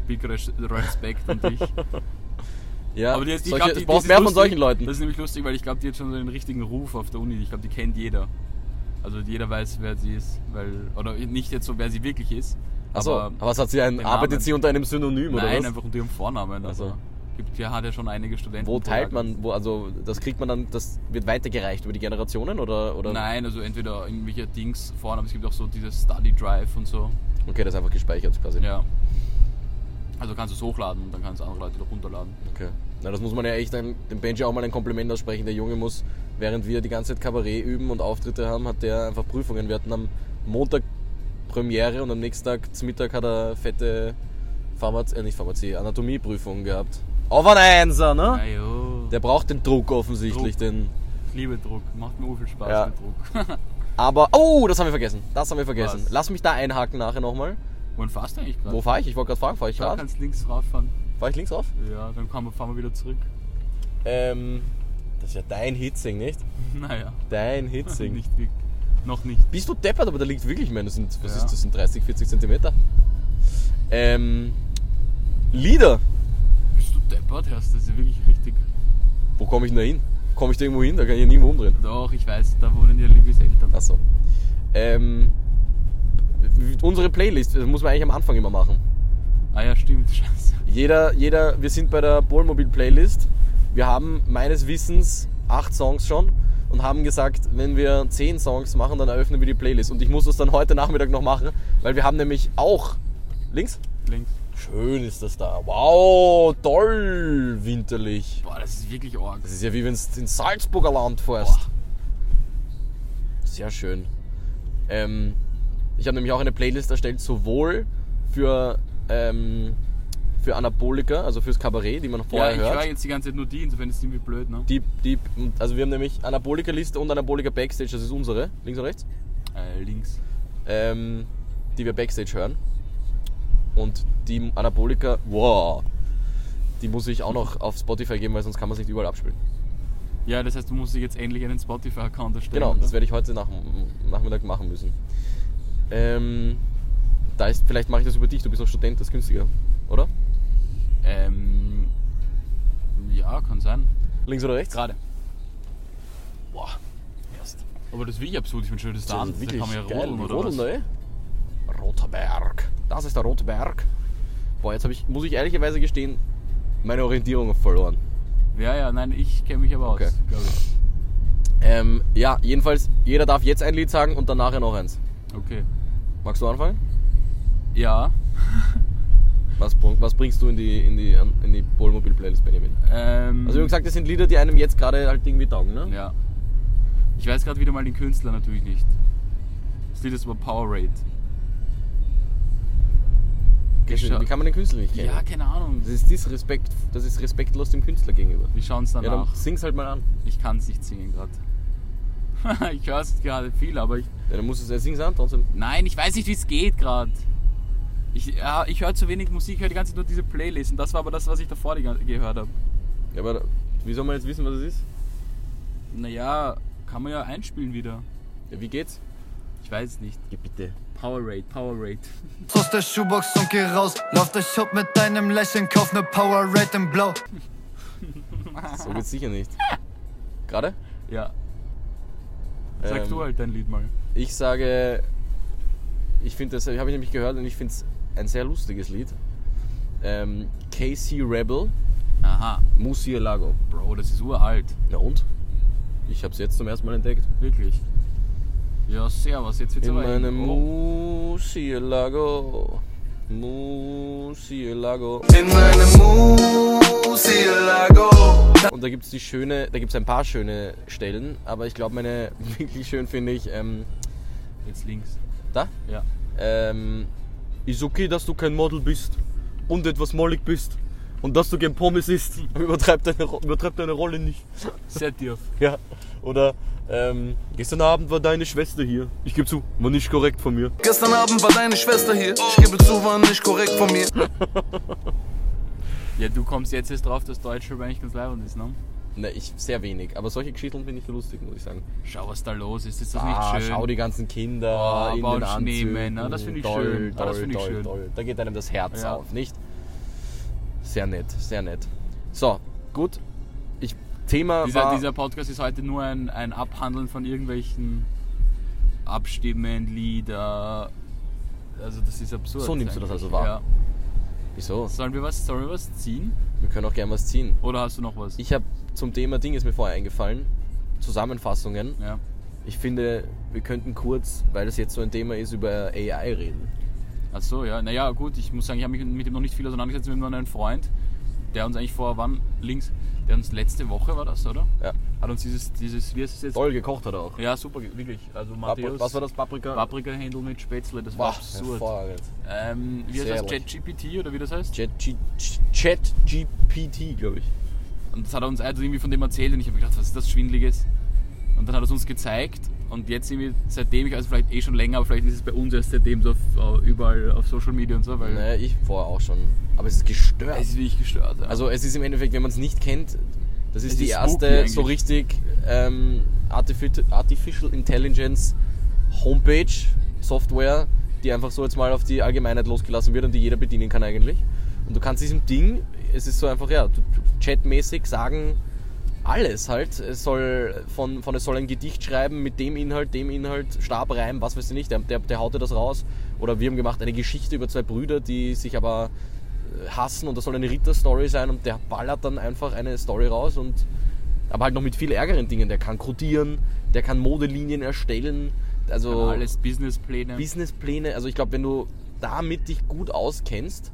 S3: big res respect an dich.
S4: Ja,
S3: Aber die, ich
S4: solche,
S3: glaub, die,
S4: du
S3: die
S4: brauchst
S3: ist
S4: mehr von
S3: lustig.
S4: solchen Leuten.
S3: Das ist nämlich lustig, weil ich glaube, die hat schon so den richtigen Ruf auf der Uni. Ich glaube, die kennt jeder. Also jeder weiß, wer sie ist. Weil, oder nicht jetzt so, wer sie wirklich ist.
S4: Achso,
S3: aber
S4: aber was hat sie einen,
S3: den
S4: arbeitet
S3: Namen.
S4: sie unter einem Synonym oder
S3: nein,
S4: was?
S3: einfach unter ihrem Vornamen. Also,
S4: Also.
S3: gibt, ja, hat ja schon einige Studenten.
S4: Wo teilt man, wo, also das kriegt man dann, das wird weitergereicht über die Generationen oder? oder?
S3: Nein, also entweder irgendwelche Dings vorne, aber es gibt auch so dieses Study Drive und so.
S4: Okay, das ist einfach gespeichert quasi.
S3: Ja. Also kannst du es hochladen und dann kannst andere Leute noch runterladen.
S4: Okay. Na, das muss man ja echt dann, dem Benji auch mal ein Kompliment aussprechen. Der Junge muss, während wir die ganze Zeit Kabarett üben und Auftritte haben, hat der einfach Prüfungen. Wir hatten am Montag Premiere und am nächsten Tag zum Mittag hat er fette Pharmazie, äh, nicht Pharmazie, Anatomieprüfung gehabt. Auf ein Einser, ne?
S3: Ajo,
S4: Der braucht den Druck offensichtlich,
S3: Druck.
S4: den.
S3: ich liebe Druck. Macht mir viel Spaß
S4: Ja.
S3: mit Druck.
S4: Aber, oh, das haben wir vergessen. Das haben wir vergessen.
S3: Was?
S4: Lass mich da einhaken nachher nochmal.
S3: Wann fährst du eigentlich gerade?
S4: Wo fahre ich? Ich wollte gerade fragen, fahre ich
S3: Da
S4: Rad?
S3: kannst links rauffahren.
S4: Fahre ich links auf?
S3: Ja, dann kann man, fahren wir wieder zurück.
S4: Ähm, das ist ja dein Hitzing, nicht?
S3: Naja.
S4: Dein Hitzing.
S3: Nicht wirklich. Noch nicht.
S4: Bist du deppert, aber da liegt wirklich mehr. Das sind, was
S3: Ja.
S4: ist das, sind 30, 40 Zentimeter. Ähm, Lieder.
S3: Bist du deppert, Herr? Das ist ja wirklich richtig.
S4: Wo komme ich denn da hin? Komme ich da irgendwo hin? Da kann ich ja nirgendwo umdrehen.
S3: Doch, ich weiß, da wohnen ja Livis Eltern.
S4: Achso. Ähm, w- unsere Playlist, das muss man eigentlich am Anfang immer machen.
S3: Ah ja, stimmt. Scheiße.
S4: Jeder, jeder, wir sind bei der Ballmobil Playlist. Wir haben meines Wissens acht Songs schon und haben gesagt, wenn wir zehn Songs machen, dann eröffnen wir die Playlist. Und ich muss das dann heute Nachmittag noch machen, weil wir haben nämlich auch links.
S3: Links.
S4: Schön ist das da. Wow, toll, winterlich.
S3: Boah, das ist wirklich arg.
S4: Das ist ja wie wenn du ins Salzburger Land fährst. Sehr schön. Ähm, ich habe nämlich auch eine Playlist erstellt, sowohl für, ähm, für Anabolika, also fürs Kabarett, die man
S3: Ja,
S4: vorher
S3: ich
S4: hört.
S3: höre jetzt die ganze Zeit nur die, insofern ist es irgendwie blöd, ne?
S4: Die, die, also wir haben nämlich Anabolika-Liste und Anabolika Backstage, das ist unsere, links und rechts,
S3: Äh, links.
S4: ähm, die wir Backstage hören. Und die Anabolika, wow, die muss ich auch noch auf Spotify geben, weil sonst kann man es nicht überall abspielen.
S3: Ja, das heißt, du musst dir jetzt endlich einen Spotify-Account erstellen.
S4: Genau,
S3: oder?
S4: das werde ich heute nach, Nachmittag machen müssen. Ähm, da ist, vielleicht mache ich das über dich, du bist auch Student, das ist günstiger, oder?
S3: Ähm. Ja, kann sein.
S4: Links oder rechts?
S3: Gerade. Boah. Erst. Aber das will ich absolut. Ich bin schön, dass da
S4: Das
S3: an.
S4: ist
S3: Da
S4: wirklich
S3: kann man ja
S4: geil,
S3: rodeln,
S4: die
S3: oder?
S4: rodeln
S3: was?
S4: da, eh? Roter Berg. Das ist der Rote Berg. Boah, jetzt habe ich, muss ich ehrlicherweise gestehen, meine Orientierung verloren.
S3: Ja, ja, nein, ich kenne mich aber
S4: eh? Okay.
S3: aus, glaube ich.
S4: Ähm, ja, jedenfalls, jeder darf jetzt ein Lied sagen und dann nachher noch eins.
S3: Okay.
S4: Magst du anfangen?
S3: Ja,
S4: Was, bring- was bringst du in die, in die, in die Polmobil-Playlist, Benjamin?
S3: ähm.
S4: Also, wie gesagt, das sind Lieder, die einem jetzt gerade halt irgendwie taugen, ne?
S3: Ja. Ich weiß gerade wieder mal den Künstler natürlich nicht. Das Lied ist über Powerade.
S4: Wie kann man den Künstler nicht kennen?
S3: Ja, keine Ahnung.
S4: Das ist Disrespekt, das ist respektlos dem Künstler gegenüber.
S3: Wir schauen es
S4: Ja, dann
S3: danach.
S4: sing's halt mal an.
S3: ich kann es nicht singen gerade. ich höre es gerade viel, aber ich.
S4: Ja, dann musst du es, ja, sing's an trotzdem.
S3: Nein, ich weiß nicht, wie es geht gerade. Ich, ja, ich höre zu wenig Musik, ich höre die ganze Zeit nur diese Playlist. Und das war aber das, was ich davor die ganze, gehört habe.
S4: Ja, aber wie soll man jetzt wissen, was es ist?
S3: Naja, kann man ja einspielen wieder.
S4: Ja, wie geht's?
S3: Ich weiß nicht.
S4: Gib bitte.
S3: Powerade, Powerade.
S5: aus der Schuhbox und geh raus. Lauf der Shop mit deinem Lächeln, kauf ne Powerade im Blau.
S4: So geht's sicher nicht. Gerade?
S3: Ja. Sag
S4: Ähm,
S3: du halt dein Lied mal.
S4: Ich sage, ich finde das, habe ich nämlich gehört und ich finde es ein sehr lustiges Lied. Ähm, Casey Rebel,
S3: Aha.
S4: Musialago.
S3: Bro, das ist uralt.
S4: Na und? Ich habe es jetzt zum ersten Mal entdeckt.
S3: Wirklich. Ja, servus, jetzt wird's
S4: In
S3: aber eng.
S4: meinem
S3: oh.
S4: Musialago. Musialago.
S5: In meinem Musialago.
S6: oh.
S4: Und da da gibt es die schöne, da gibt es ein paar schöne Stellen, aber ich glaube, meine wirklich schön finde ich, ähm,
S3: Oh, Jetzt links.
S4: da,
S3: Ja.
S4: ähm, ist okay, dass du kein Model bist und etwas mollig bist und dass du gern Pommes isst, aber übertreib deine, Ro- übertreib deine Rolle nicht.
S3: Sehr tief.
S4: Ja, oder ähm, gestern Abend war deine Schwester hier. Ich gebe zu, war nicht korrekt von mir.
S6: Gestern Abend war deine Schwester hier. Ich gebe zu, war nicht korrekt von mir.
S3: Ja, du kommst jetzt erst drauf, dass Deutsch schon eigentlich ganz leibend ist, ne?
S4: Ne, ich sehr wenig, aber solche Geschichten finde ich lustig, muss ich sagen.
S3: Schau, was da los ist. Ist das
S4: ah,
S3: nicht schön?
S4: schau die ganzen Kinder
S3: Oh,
S4: in den
S3: Bausch
S4: Anzügen.
S3: nehmen, na, das finde ich
S4: Toll,
S3: schön. Ah, das
S4: toll,
S3: finde ich
S4: toll,
S3: schön.
S4: toll. Da geht einem das Herz
S3: Ja.
S4: auf, nicht? Sehr nett, sehr nett. So, gut. Ich, Thema
S3: dieser,
S4: war...
S3: dieser Podcast ist heute nur ein, ein Abhandeln von irgendwelchen Abstimmen, Lieder. Also das ist absurd.
S4: So nimmst du das
S3: eigentlich.
S4: also wahr?
S3: Ja.
S4: wieso?
S3: Sollen wir was, sollen wir was ziehen?
S4: Wir können auch gerne was ziehen.
S3: Oder hast du noch was?
S4: Ich habe zum Thema Ding ist mir vorher eingefallen. Zusammenfassungen.
S3: ja.
S4: Ich finde, wir könnten kurz, weil es jetzt so ein Thema ist, über AI reden.
S3: Ach so, ja. Naja, gut, ich muss sagen, ich habe mich mit dem noch nicht viel auseinandergesetzt, mit meinem neuen Freund, der uns eigentlich vor, wann, links, der uns letzte Woche war das, oder?
S4: Ja.
S3: Hat uns dieses, dieses wie ist es jetzt?
S4: Toll gekocht hat er auch.
S3: Ja, super, wirklich. Also Matthäus,
S4: Papri- Was war das? Paprika?
S3: Paprika-Händel mit Spätzle, das war
S4: Boah,
S3: absurd.
S4: hervorragend.
S3: Ähm, wie
S4: Sehr
S3: heißt das?
S4: ehrlich.
S3: ChatGPT oder wie das heißt?
S4: Chat G- Chat GPT, glaube ich.
S3: Und das hat er uns also irgendwie von dem erzählt und ich habe mir gedacht, was ist das Schwindliges? Und dann hat er es uns gezeigt und jetzt irgendwie, seitdem ich, also vielleicht eh schon länger, aber vielleicht ist es bei uns erst seitdem so auf, äh, überall auf Social Media und so, weil
S4: Naja, Ne, ich vorher auch schon. Aber es ist gestört.
S3: es ist wirklich gestört. Ja.
S4: also es ist im Endeffekt, wenn man es nicht kennt, das ist
S3: Es
S4: die
S3: ist spooky
S4: erste
S3: eigentlich.
S4: so richtig ähm, Artifici- Artificial Intelligence Homepage, Software, die einfach so jetzt mal auf die Allgemeinheit losgelassen wird und die jeder bedienen kann eigentlich. Und du kannst diesem Ding, es ist so einfach, ja, du- du- chatmäßig sagen, alles halt. Es soll von, von es soll ein Gedicht schreiben mit dem Inhalt, dem Inhalt, Stabreim, was weiß ich nicht, der, der, der haut dir das raus. Oder wir haben gemacht eine Geschichte über zwei Brüder, die sich aber äh, hassen und das soll eine Ritter-Story sein und der ballert dann einfach eine Story raus und aber halt noch mit viel ärgeren Dingen. Der kann codieren, der kann Modelinien erstellen, also
S3: Aber alles Businesspläne.
S4: Businesspläne. Also ich glaube, wenn du damit dich gut auskennst,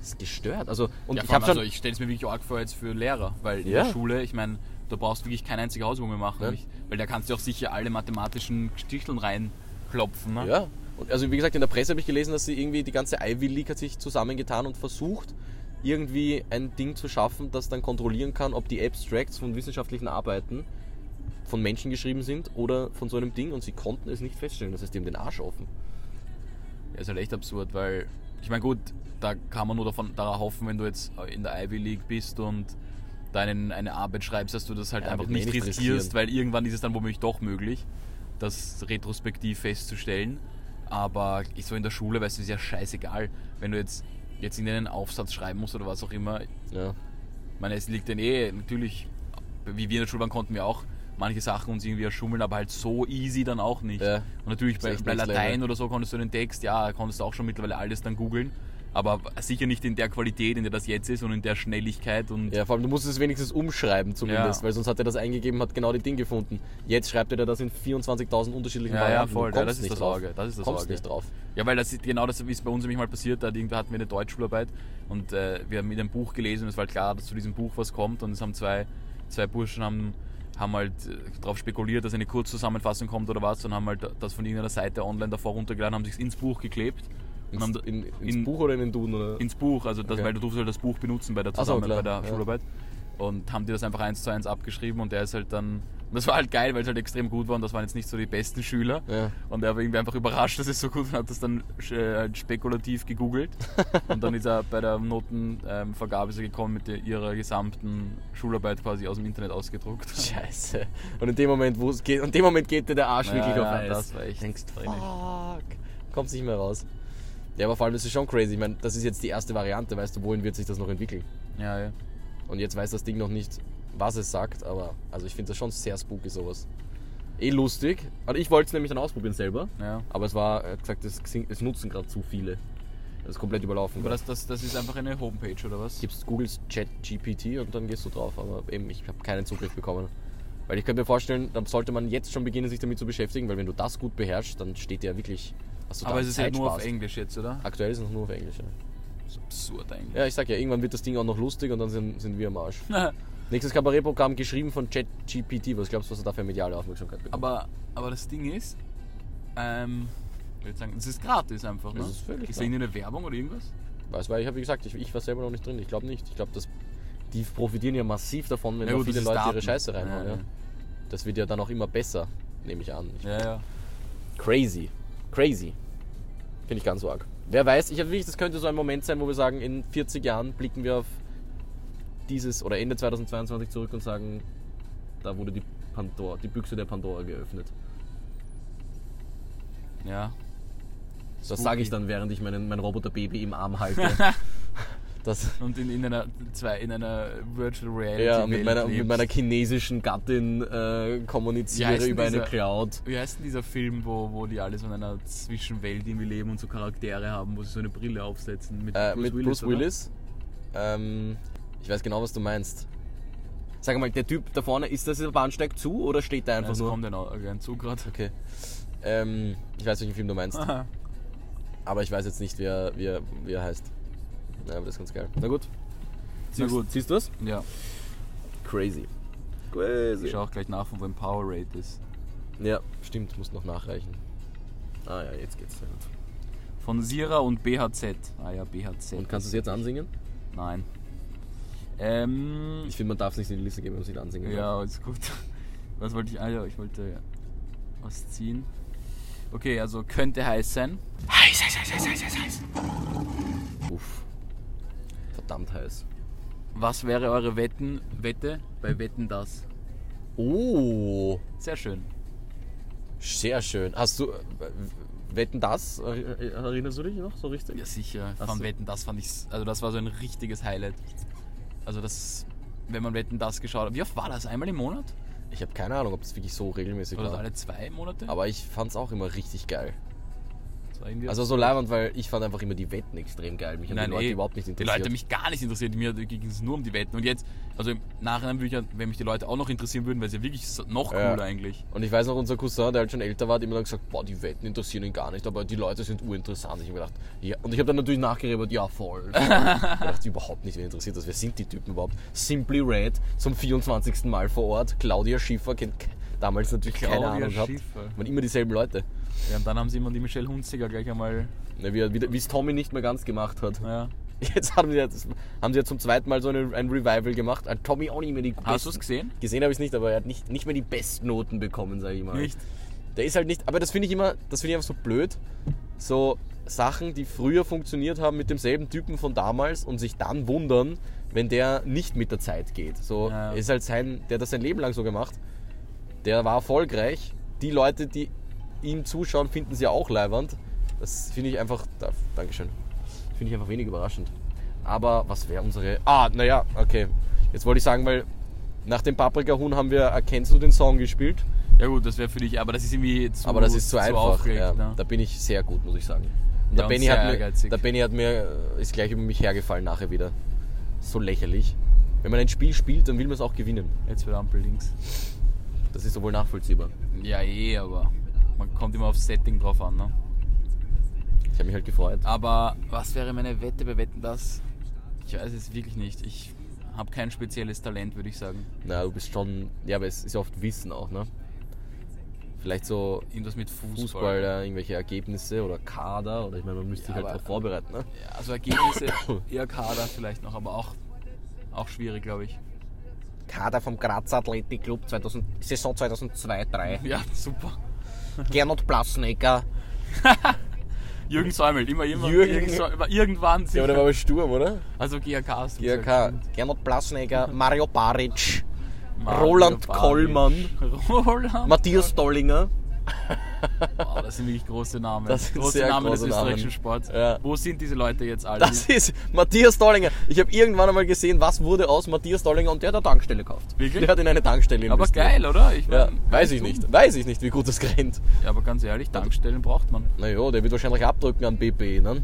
S4: ist gestört. Also und
S3: ja,
S4: ich habe schon
S3: also ich stelle es mir wirklich arg vor jetzt für Lehrer, weil in
S4: Ja.
S3: der Schule, ich meine, da brauchst du wirklich keine einzige Hausübung mehr machen,
S4: Ja.
S3: nicht? weil da kannst du auch sicher alle mathematischen Sticheln reinklopfen. Ne?
S4: Ja. Und also wie gesagt, in der Presse habe ich gelesen, dass sie irgendwie die ganze Ivy League hat sich zusammengetan und versucht, irgendwie ein Ding zu schaffen, das dann kontrollieren kann, ob die Abstracts von wissenschaftlichen Arbeiten von Menschen geschrieben sind oder von so einem Ding und sie konnten es nicht feststellen. Das ist dem den Arsch offen.
S3: Ja, ist halt echt absurd, weil ich meine, gut, da kann man nur davon, darauf hoffen, wenn du jetzt in der Ivy League bist und deinen eine Arbeit schreibst, dass du das halt
S4: Ja,
S3: einfach
S4: wird man eh
S3: nicht
S4: nicht
S3: riskierst,
S4: riskieren.
S3: weil irgendwann ist es dann womöglich doch möglich, das retrospektiv festzustellen. Aber ich so in der Schule, weißt du, ist ja scheißegal, wenn du jetzt jetzt in einen Aufsatz schreiben musst oder was auch immer.
S4: Ja.
S3: Ich meine, es liegt denn eh natürlich, wie wir in der Schule waren, konnten wir auch manche Sachen uns irgendwie erschummeln, aber halt so easy dann auch nicht.
S4: Ja.
S3: Und natürlich bei,
S4: echt
S3: bei
S4: next
S3: Latein
S4: level.
S3: oder so konntest du den Text, ja, konntest du auch schon mittlerweile alles dann googeln, aber sicher nicht in der Qualität, in der das jetzt ist und in der Schnelligkeit und
S4: Ja, vor allem, du musst es wenigstens umschreiben zumindest,
S3: Ja.
S4: weil sonst hat er das eingegeben, hat genau den Ding gefunden. Jetzt schreibt er da das in 24.000 unterschiedlichen
S3: Ja, ja,
S4: Varianten. Du
S3: voll, ja,
S4: kommst
S3: das ist
S4: nicht
S3: das
S4: drauf.
S3: Auge, das ist das
S4: kommst
S3: Auge.
S4: nicht drauf.
S3: Ja, weil das ist genau das ist bei uns nämlich mal passiert. Da hat irgendwer- hatten wir eine Deutschschularbeit und äh, wir haben mit einem Buch gelesen und es war halt klar, dass zu diesem Buch was kommt. Und es haben zwei, zwei Burschen haben, haben halt darauf spekuliert, dass eine Kurzzusammenfassung kommt oder was und haben halt das von irgendeiner Seite online davor runtergeladen, haben sich ins Buch geklebt. und haben
S4: Ins,
S3: da-
S4: in, ins Buch oder in den Duden? Oder?
S3: ins Buch, also das,
S4: Okay.
S3: weil du durfst halt das Buch benutzen bei der,
S4: Ach so,
S3: Zusammen
S4: klar,
S3: bei der
S4: ja.
S3: Schularbeit. Und haben die das einfach eins zu eins abgeschrieben und der ist halt dann. Das war halt geil, weil es halt extrem gut war und das waren jetzt nicht so die besten Schüler.
S4: Ja.
S3: Und er war irgendwie einfach überrascht, dass es so gut war und hat das dann äh, halt spekulativ gegoogelt. und dann ist er bei der Notenvergabe ist er gekommen mit der, ihrer gesamten Schularbeit quasi aus dem Internet ausgedruckt.
S4: Scheiße. Und in dem Moment, wo es geht, in dem Moment geht dir der Arsch
S3: Ja,
S4: wirklich auf
S3: ja,
S4: Eis.
S3: das war echt
S4: Denkst,
S3: traurig.
S4: fuck, kommst nicht mehr raus. Ja, aber vor allem ist es schon crazy. Ich meine, das ist jetzt die erste Variante. Weißt du, wohin wird sich das noch entwickeln?
S3: Ja, ja.
S4: Und jetzt weiß das Ding noch nicht, was es sagt, aber also ich finde das schon sehr spooky, sowas. Eh lustig. Also ich wollte es nämlich dann ausprobieren selber.
S3: ja.
S4: Aber es war, er hat gesagt, es, gesing- es nutzen gerade zu viele. Das ist komplett überlaufen.
S3: Aber das, das, das ist einfach eine Homepage oder was?
S4: gibst Googles Chat GPT und dann gehst du drauf. Aber eben, ich habe keinen Zugriff bekommen. Weil ich könnte mir vorstellen, dann sollte man jetzt schon beginnen, sich damit zu beschäftigen, weil wenn du das gut beherrschst, dann steht dir wirklich, was du
S3: Aber
S4: da
S3: es ist
S4: Zeit
S3: halt nur auf
S4: sparst.
S3: Englisch jetzt, oder?
S4: Aktuell ist es nur auf Englisch. Ja.
S3: Absurd eigentlich.
S4: ja, ich sag ja, irgendwann wird das Ding auch noch lustig und dann sind, sind wir am Arsch. Nächstes Kabarettprogramm geschrieben von ChatGPT. Was glaubst du, was er dafür mediale Aufmerksamkeit bekommt?
S3: Aber, aber das Ding ist, ähm, ich würde sagen, es ist gratis einfach. Ne?
S4: Es ist völlig
S3: ist da
S4: gratis.
S3: irgendeine Werbung oder irgendwas?
S4: Weiß, weil ich habe gesagt, ich, ich war selber noch nicht drin. Ich glaube nicht. Ich glaube, dass die profitieren ja massiv davon, wenn
S3: Ja,
S4: da
S3: gut,
S4: viele
S3: das ist
S4: Leute ihre
S3: Daten.
S4: Scheiße reinhauen.
S3: Ja,
S4: Ja,
S3: ja.
S4: Das wird ja dann auch immer besser, nehme ich an. Ich,
S3: Ja, ja.
S4: Crazy. Crazy. Finde ich ganz arg. Wer weiß, ich habe wirklich, das könnte so ein Moment sein, wo wir sagen, in 40 Jahren blicken wir auf dieses oder Ende 2022 zurück und sagen, da wurde die Pandora, die Büchse der Pandora geöffnet.
S3: Ja.
S4: Das sage ich dann, während ich meinen, mein Roboterbaby im Arm halte. Das,
S3: Und in, in einer zwei in einer Virtual Reality.
S4: ja, mit
S3: Welt
S4: meiner, mit
S3: lebst.
S4: meiner chinesischen Gattin äh,
S3: Wie
S4: kommuniziere
S3: heißt denn
S4: über eine
S3: dieser-
S4: Cloud.
S3: Wie heißt denn dieser Film, wo, wo die alle so in einer Zwischenwelt irgendwie leben und so Charaktere haben, wo sie so eine Brille aufsetzen? Mit
S4: Äh, mit Bruce
S3: oder?
S4: Willis. Ähm, ich weiß genau, was du meinst. Sag mal, der Typ da vorne, ist das der Bahnsteig zu oder steht da
S3: Ja,
S4: einfach
S3: das
S4: nur?
S3: Also kommt ja noch ein Zug gerade.
S4: Okay. Ähm, ich weiß, welchen Film du meinst,
S3: Aha.
S4: aber ich weiß jetzt nicht, wie er, wie er, wie er heißt. Ja, aber das ist ganz geil. Na gut. Siehst-
S3: gut.
S4: Siehst du das?
S3: Ja,
S4: Crazy.
S3: ich
S4: Crazy.
S3: schaue auch gleich nach, von wo Power Rate ist.
S4: Ja, stimmt, musst noch nachreichen. Ah ja, jetzt geht's. Sehr gut.
S3: Von Sira und BHZ. Ah ja, BHZ.
S4: Und kannst du es jetzt ansingen?
S3: Nein. Ähm,
S4: Ich finde, man darf es nicht in die Liste geben, wenn man es nicht ansingen darf.
S3: ja, ist gut. Was wollte ich? Ah ja, ich wollte was ziehen. Okay, also könnte heiß sein.
S4: Uff. Verdammt heiß.
S3: Was wäre eure Wetten, Wette bei Wetten das?
S4: Oh,
S3: Sehr schön.
S4: sehr schön. Hast du. äh, Wetten das? Er- Erinnerst du dich noch so richtig?
S3: Ja, sicher.
S4: Ach
S3: Von
S4: so.
S3: Wetten, das fand ich. Also, das war so ein richtiges Highlight. Also, das. Wenn man Wetten, das geschaut hat. Wie oft war das? Einmal im Monat?
S4: Ich habe keine Ahnung, ob das wirklich so regelmäßig
S3: Oder
S4: war.
S3: alle zwei Monate?
S4: Aber ich fand's auch immer richtig geil.
S3: Das war irgendwie-
S4: Also so leibend, weil ich fand einfach immer die Wetten extrem geil. Mich haben
S3: Nein,
S4: die Leute
S3: eh,
S4: überhaupt nicht
S3: Die
S4: interessiert.
S3: Leute haben mich gar nicht interessiert. Mir ging es nur um die Wetten. Und jetzt, also im Nachhinein würde ich ja, wenn mich die Leute auch noch interessieren würden, wäre es ja wirklich so- noch cooler
S4: Ja.
S3: eigentlich.
S4: und ich weiß noch, unser Cousin, der halt schon älter war, hat immer dann gesagt, boah, die Wetten interessieren ihn gar nicht, aber die Leute sind urinteressant. Ich habe gedacht, ja. Und ich habe dann natürlich nachgerebert, ja, voll. voll. ich hab gedacht, überhaupt nicht, wen interessiert das. Wer sind die Typen überhaupt? Simply Red zum 24. Mal vor Ort. Claudia Schiffer kennt ke- damals natürlich
S3: Claudia
S4: keine Ahnung
S3: Schiffer.
S4: gehabt. Waren immer dieselben Leute.
S3: Ja, und dann haben sie immer die Michelle Hunziger gleich einmal.
S4: Ne, Wie wie- wie es Tommy nicht mehr ganz gemacht hat.
S3: Ja.
S4: Jetzt haben sie ja, das- haben sie ja zum zweiten Mal so eine, ein Revival gemacht. Ein Tommy auch nicht mehr die
S3: Hast
S4: besten-
S3: du es gesehen?
S4: Gesehen habe ich es nicht, aber er hat nicht, nicht mehr die Bestnoten bekommen, sage ich mal.
S3: Nicht?
S4: Der ist halt nicht, aber das finde ich immer, das finde ich einfach so blöd. So Sachen, die früher funktioniert haben mit demselben Typen von damals und sich dann wundern, wenn der nicht mit der Zeit geht. So
S3: Ja, ja.
S4: ist halt sein, der hat das sein Leben lang so gemacht. Der war erfolgreich. Die Leute, die ihm zuschauen, finden sie ja auch leibernd. Das finde ich einfach, da, Dankeschön. Finde ich einfach wenig überraschend. Aber was wäre unsere. Ah, naja, okay. Jetzt wollte ich sagen, weil nach dem Paprika-Huhn haben wir Erkennst du den Song gespielt?
S3: Ja, gut, das wäre für dich, aber das ist irgendwie zu.
S4: Aber das ist zu, einfach.
S3: aufregend,
S4: Ja,
S3: ne?
S4: Da bin ich sehr gut, muss ich sagen. Und
S3: Ja,
S4: der,
S3: und
S4: Benny
S3: sehr
S4: hat mir,
S3: ehrgeizig.
S4: der Benny hat mir, äh, ist gleich über mich hergefallen nachher wieder. So lächerlich. Wenn man ein Spiel spielt, dann will man es auch gewinnen.
S3: Jetzt wird Ampel links.
S4: Das ist sowohl nachvollziehbar.
S3: Ja, eh, aber man kommt immer aufs Setting drauf an. Ne?
S4: Ich habe mich halt gefreut.
S3: Aber was wäre meine Wette bei Wetten das? Ich weiß es wirklich nicht. Ich habe kein spezielles Talent, würde ich sagen.
S4: Na, du bist schon. Ja, aber es ist ja oft Wissen auch, ne? Vielleicht so
S3: Irgendwas mit Fußball.
S4: Fußball, ja, irgendwelche Ergebnisse oder Kader oder ich meine, man müsste sich
S3: Ja,
S4: halt
S3: aber-
S4: darauf vorbereiten, ne?
S3: Ja, also Ergebnisse, eher Kader vielleicht noch, aber auch, auch schwierig, glaube ich.
S4: Kader vom Graz Athletic Club 2000, Saison 2002-3.
S3: Ja, super.
S4: Gernot Blasnecker.
S3: Jürgen Säumel, immer jemand.
S4: Jürgen-
S3: Säumel, irgendwann
S4: Ja,
S3: sicher.
S4: aber der war bei Sturm, oder?
S3: also GAK hast du
S4: GRK.
S3: gesagt.
S4: Gernot Blasnecker, Mario Baric,
S3: Mario
S4: Roland
S3: Baric.
S4: Kollmann,
S3: Roland.
S4: Matthias Dollinger.
S3: Wow, das sind wirklich große Namen.
S4: Das sind
S3: große
S4: sehr
S3: Namen des
S4: große Namen.
S3: österreichischen Sports.
S4: Ja.
S3: Wo sind diese Leute jetzt alle?
S4: Das ist Matthias Dollinger. Ich habe irgendwann einmal gesehen, was wurde aus Matthias Dollinger und der hat eine Tankstelle gekauft.
S3: Wirklich?
S4: Der hat in eine Tankstelle
S3: aber
S4: investiert.
S3: geil, oder? Ich
S4: Ja,
S3: mein,
S4: weiß ich nicht. Weiß ich nicht, wie gut das rennt.
S3: Ja, aber ganz ehrlich, Tankstellen braucht man.
S4: Naja, der wird wahrscheinlich abdrücken an BP, ne?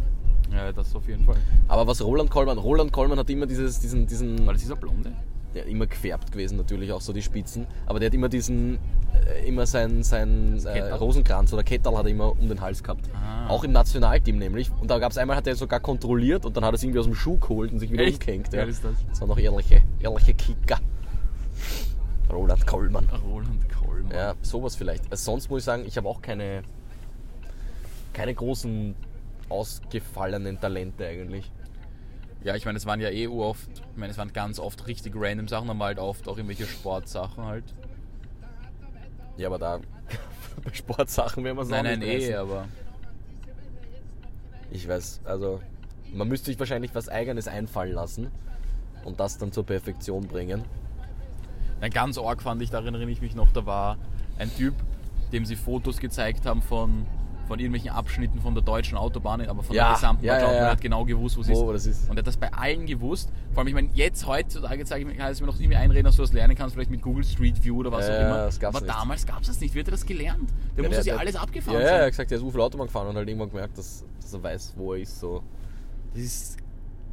S3: Ja, das auf jeden Fall.
S4: Aber was Roland Kollmann, Roland Kollmann hat immer dieses, diesen, diesen,
S3: War das dieser Blonde?
S4: der immer gefärbt gewesen natürlich, auch so die Spitzen, aber der hat immer diesen, äh, immer seinen sein, äh,
S3: Ketterl?
S4: Rosenkranz oder Kettal hat er immer um den Hals gehabt.
S3: Ah.
S4: Auch im Nationalteam nämlich. Und da gab es einmal, hat er sogar kontrolliert und dann hat er es irgendwie aus dem Schuh geholt und sich wieder
S3: Echt?
S4: umgehängt. Ja.
S3: Geil ist das.
S4: das waren noch ehrliche, ehrliche Kicker. Roland Kollmann.
S3: Roland Kollmann.
S4: Ja, sowas vielleicht. Also sonst muss ich sagen, ich habe auch keine, keine großen ausgefallenen Talente eigentlich.
S3: Ja, ich meine, es waren ja eh oft, ich meine, es waren ganz oft richtig random Sachen, aber halt oft auch irgendwelche Sportsachen halt.
S4: Ja, aber da bei Sportsachen werden wir es auch
S3: Nein, nein,
S4: nicht reißen.
S3: eh, aber
S4: Ich weiß, also man müsste sich wahrscheinlich was Eigenes einfallen lassen und das dann zur Perfektion bringen.
S3: nein, ganz arg fand ich, darin erinnere ich mich noch, da war ein Typ, dem sie Fotos gezeigt haben von, von irgendwelchen Abschnitten von der deutschen Autobahn, aber von
S4: Ja,
S3: der gesamten
S4: ja,
S3: Deutschen
S4: ja, ja.
S3: Autobahn, er hat genau gewusst, wo sie
S4: Wo
S3: ist.
S4: das ist.
S3: Und er hat das bei allen gewusst. Vor allem, ich meine, jetzt heutzutage zeige ich mir, kann ich mir noch irgendwie einreden, dass du das lernen kannst, vielleicht mit Google Street View oder was
S4: Ja,
S3: auch immer.
S4: das gab's
S3: aber
S4: nicht.
S3: damals gab es das nicht. Wird er das gelernt? Der
S4: Ja,
S3: muss
S4: der-
S3: das ja
S4: der-
S3: alles abgefahren
S4: Ja, ja, er
S3: sein.
S4: hat gesagt, er ist so viel Autobahn gefahren und halt irgendwann gemerkt, dass, dass er weiß, wo er ist. So.
S3: Das ist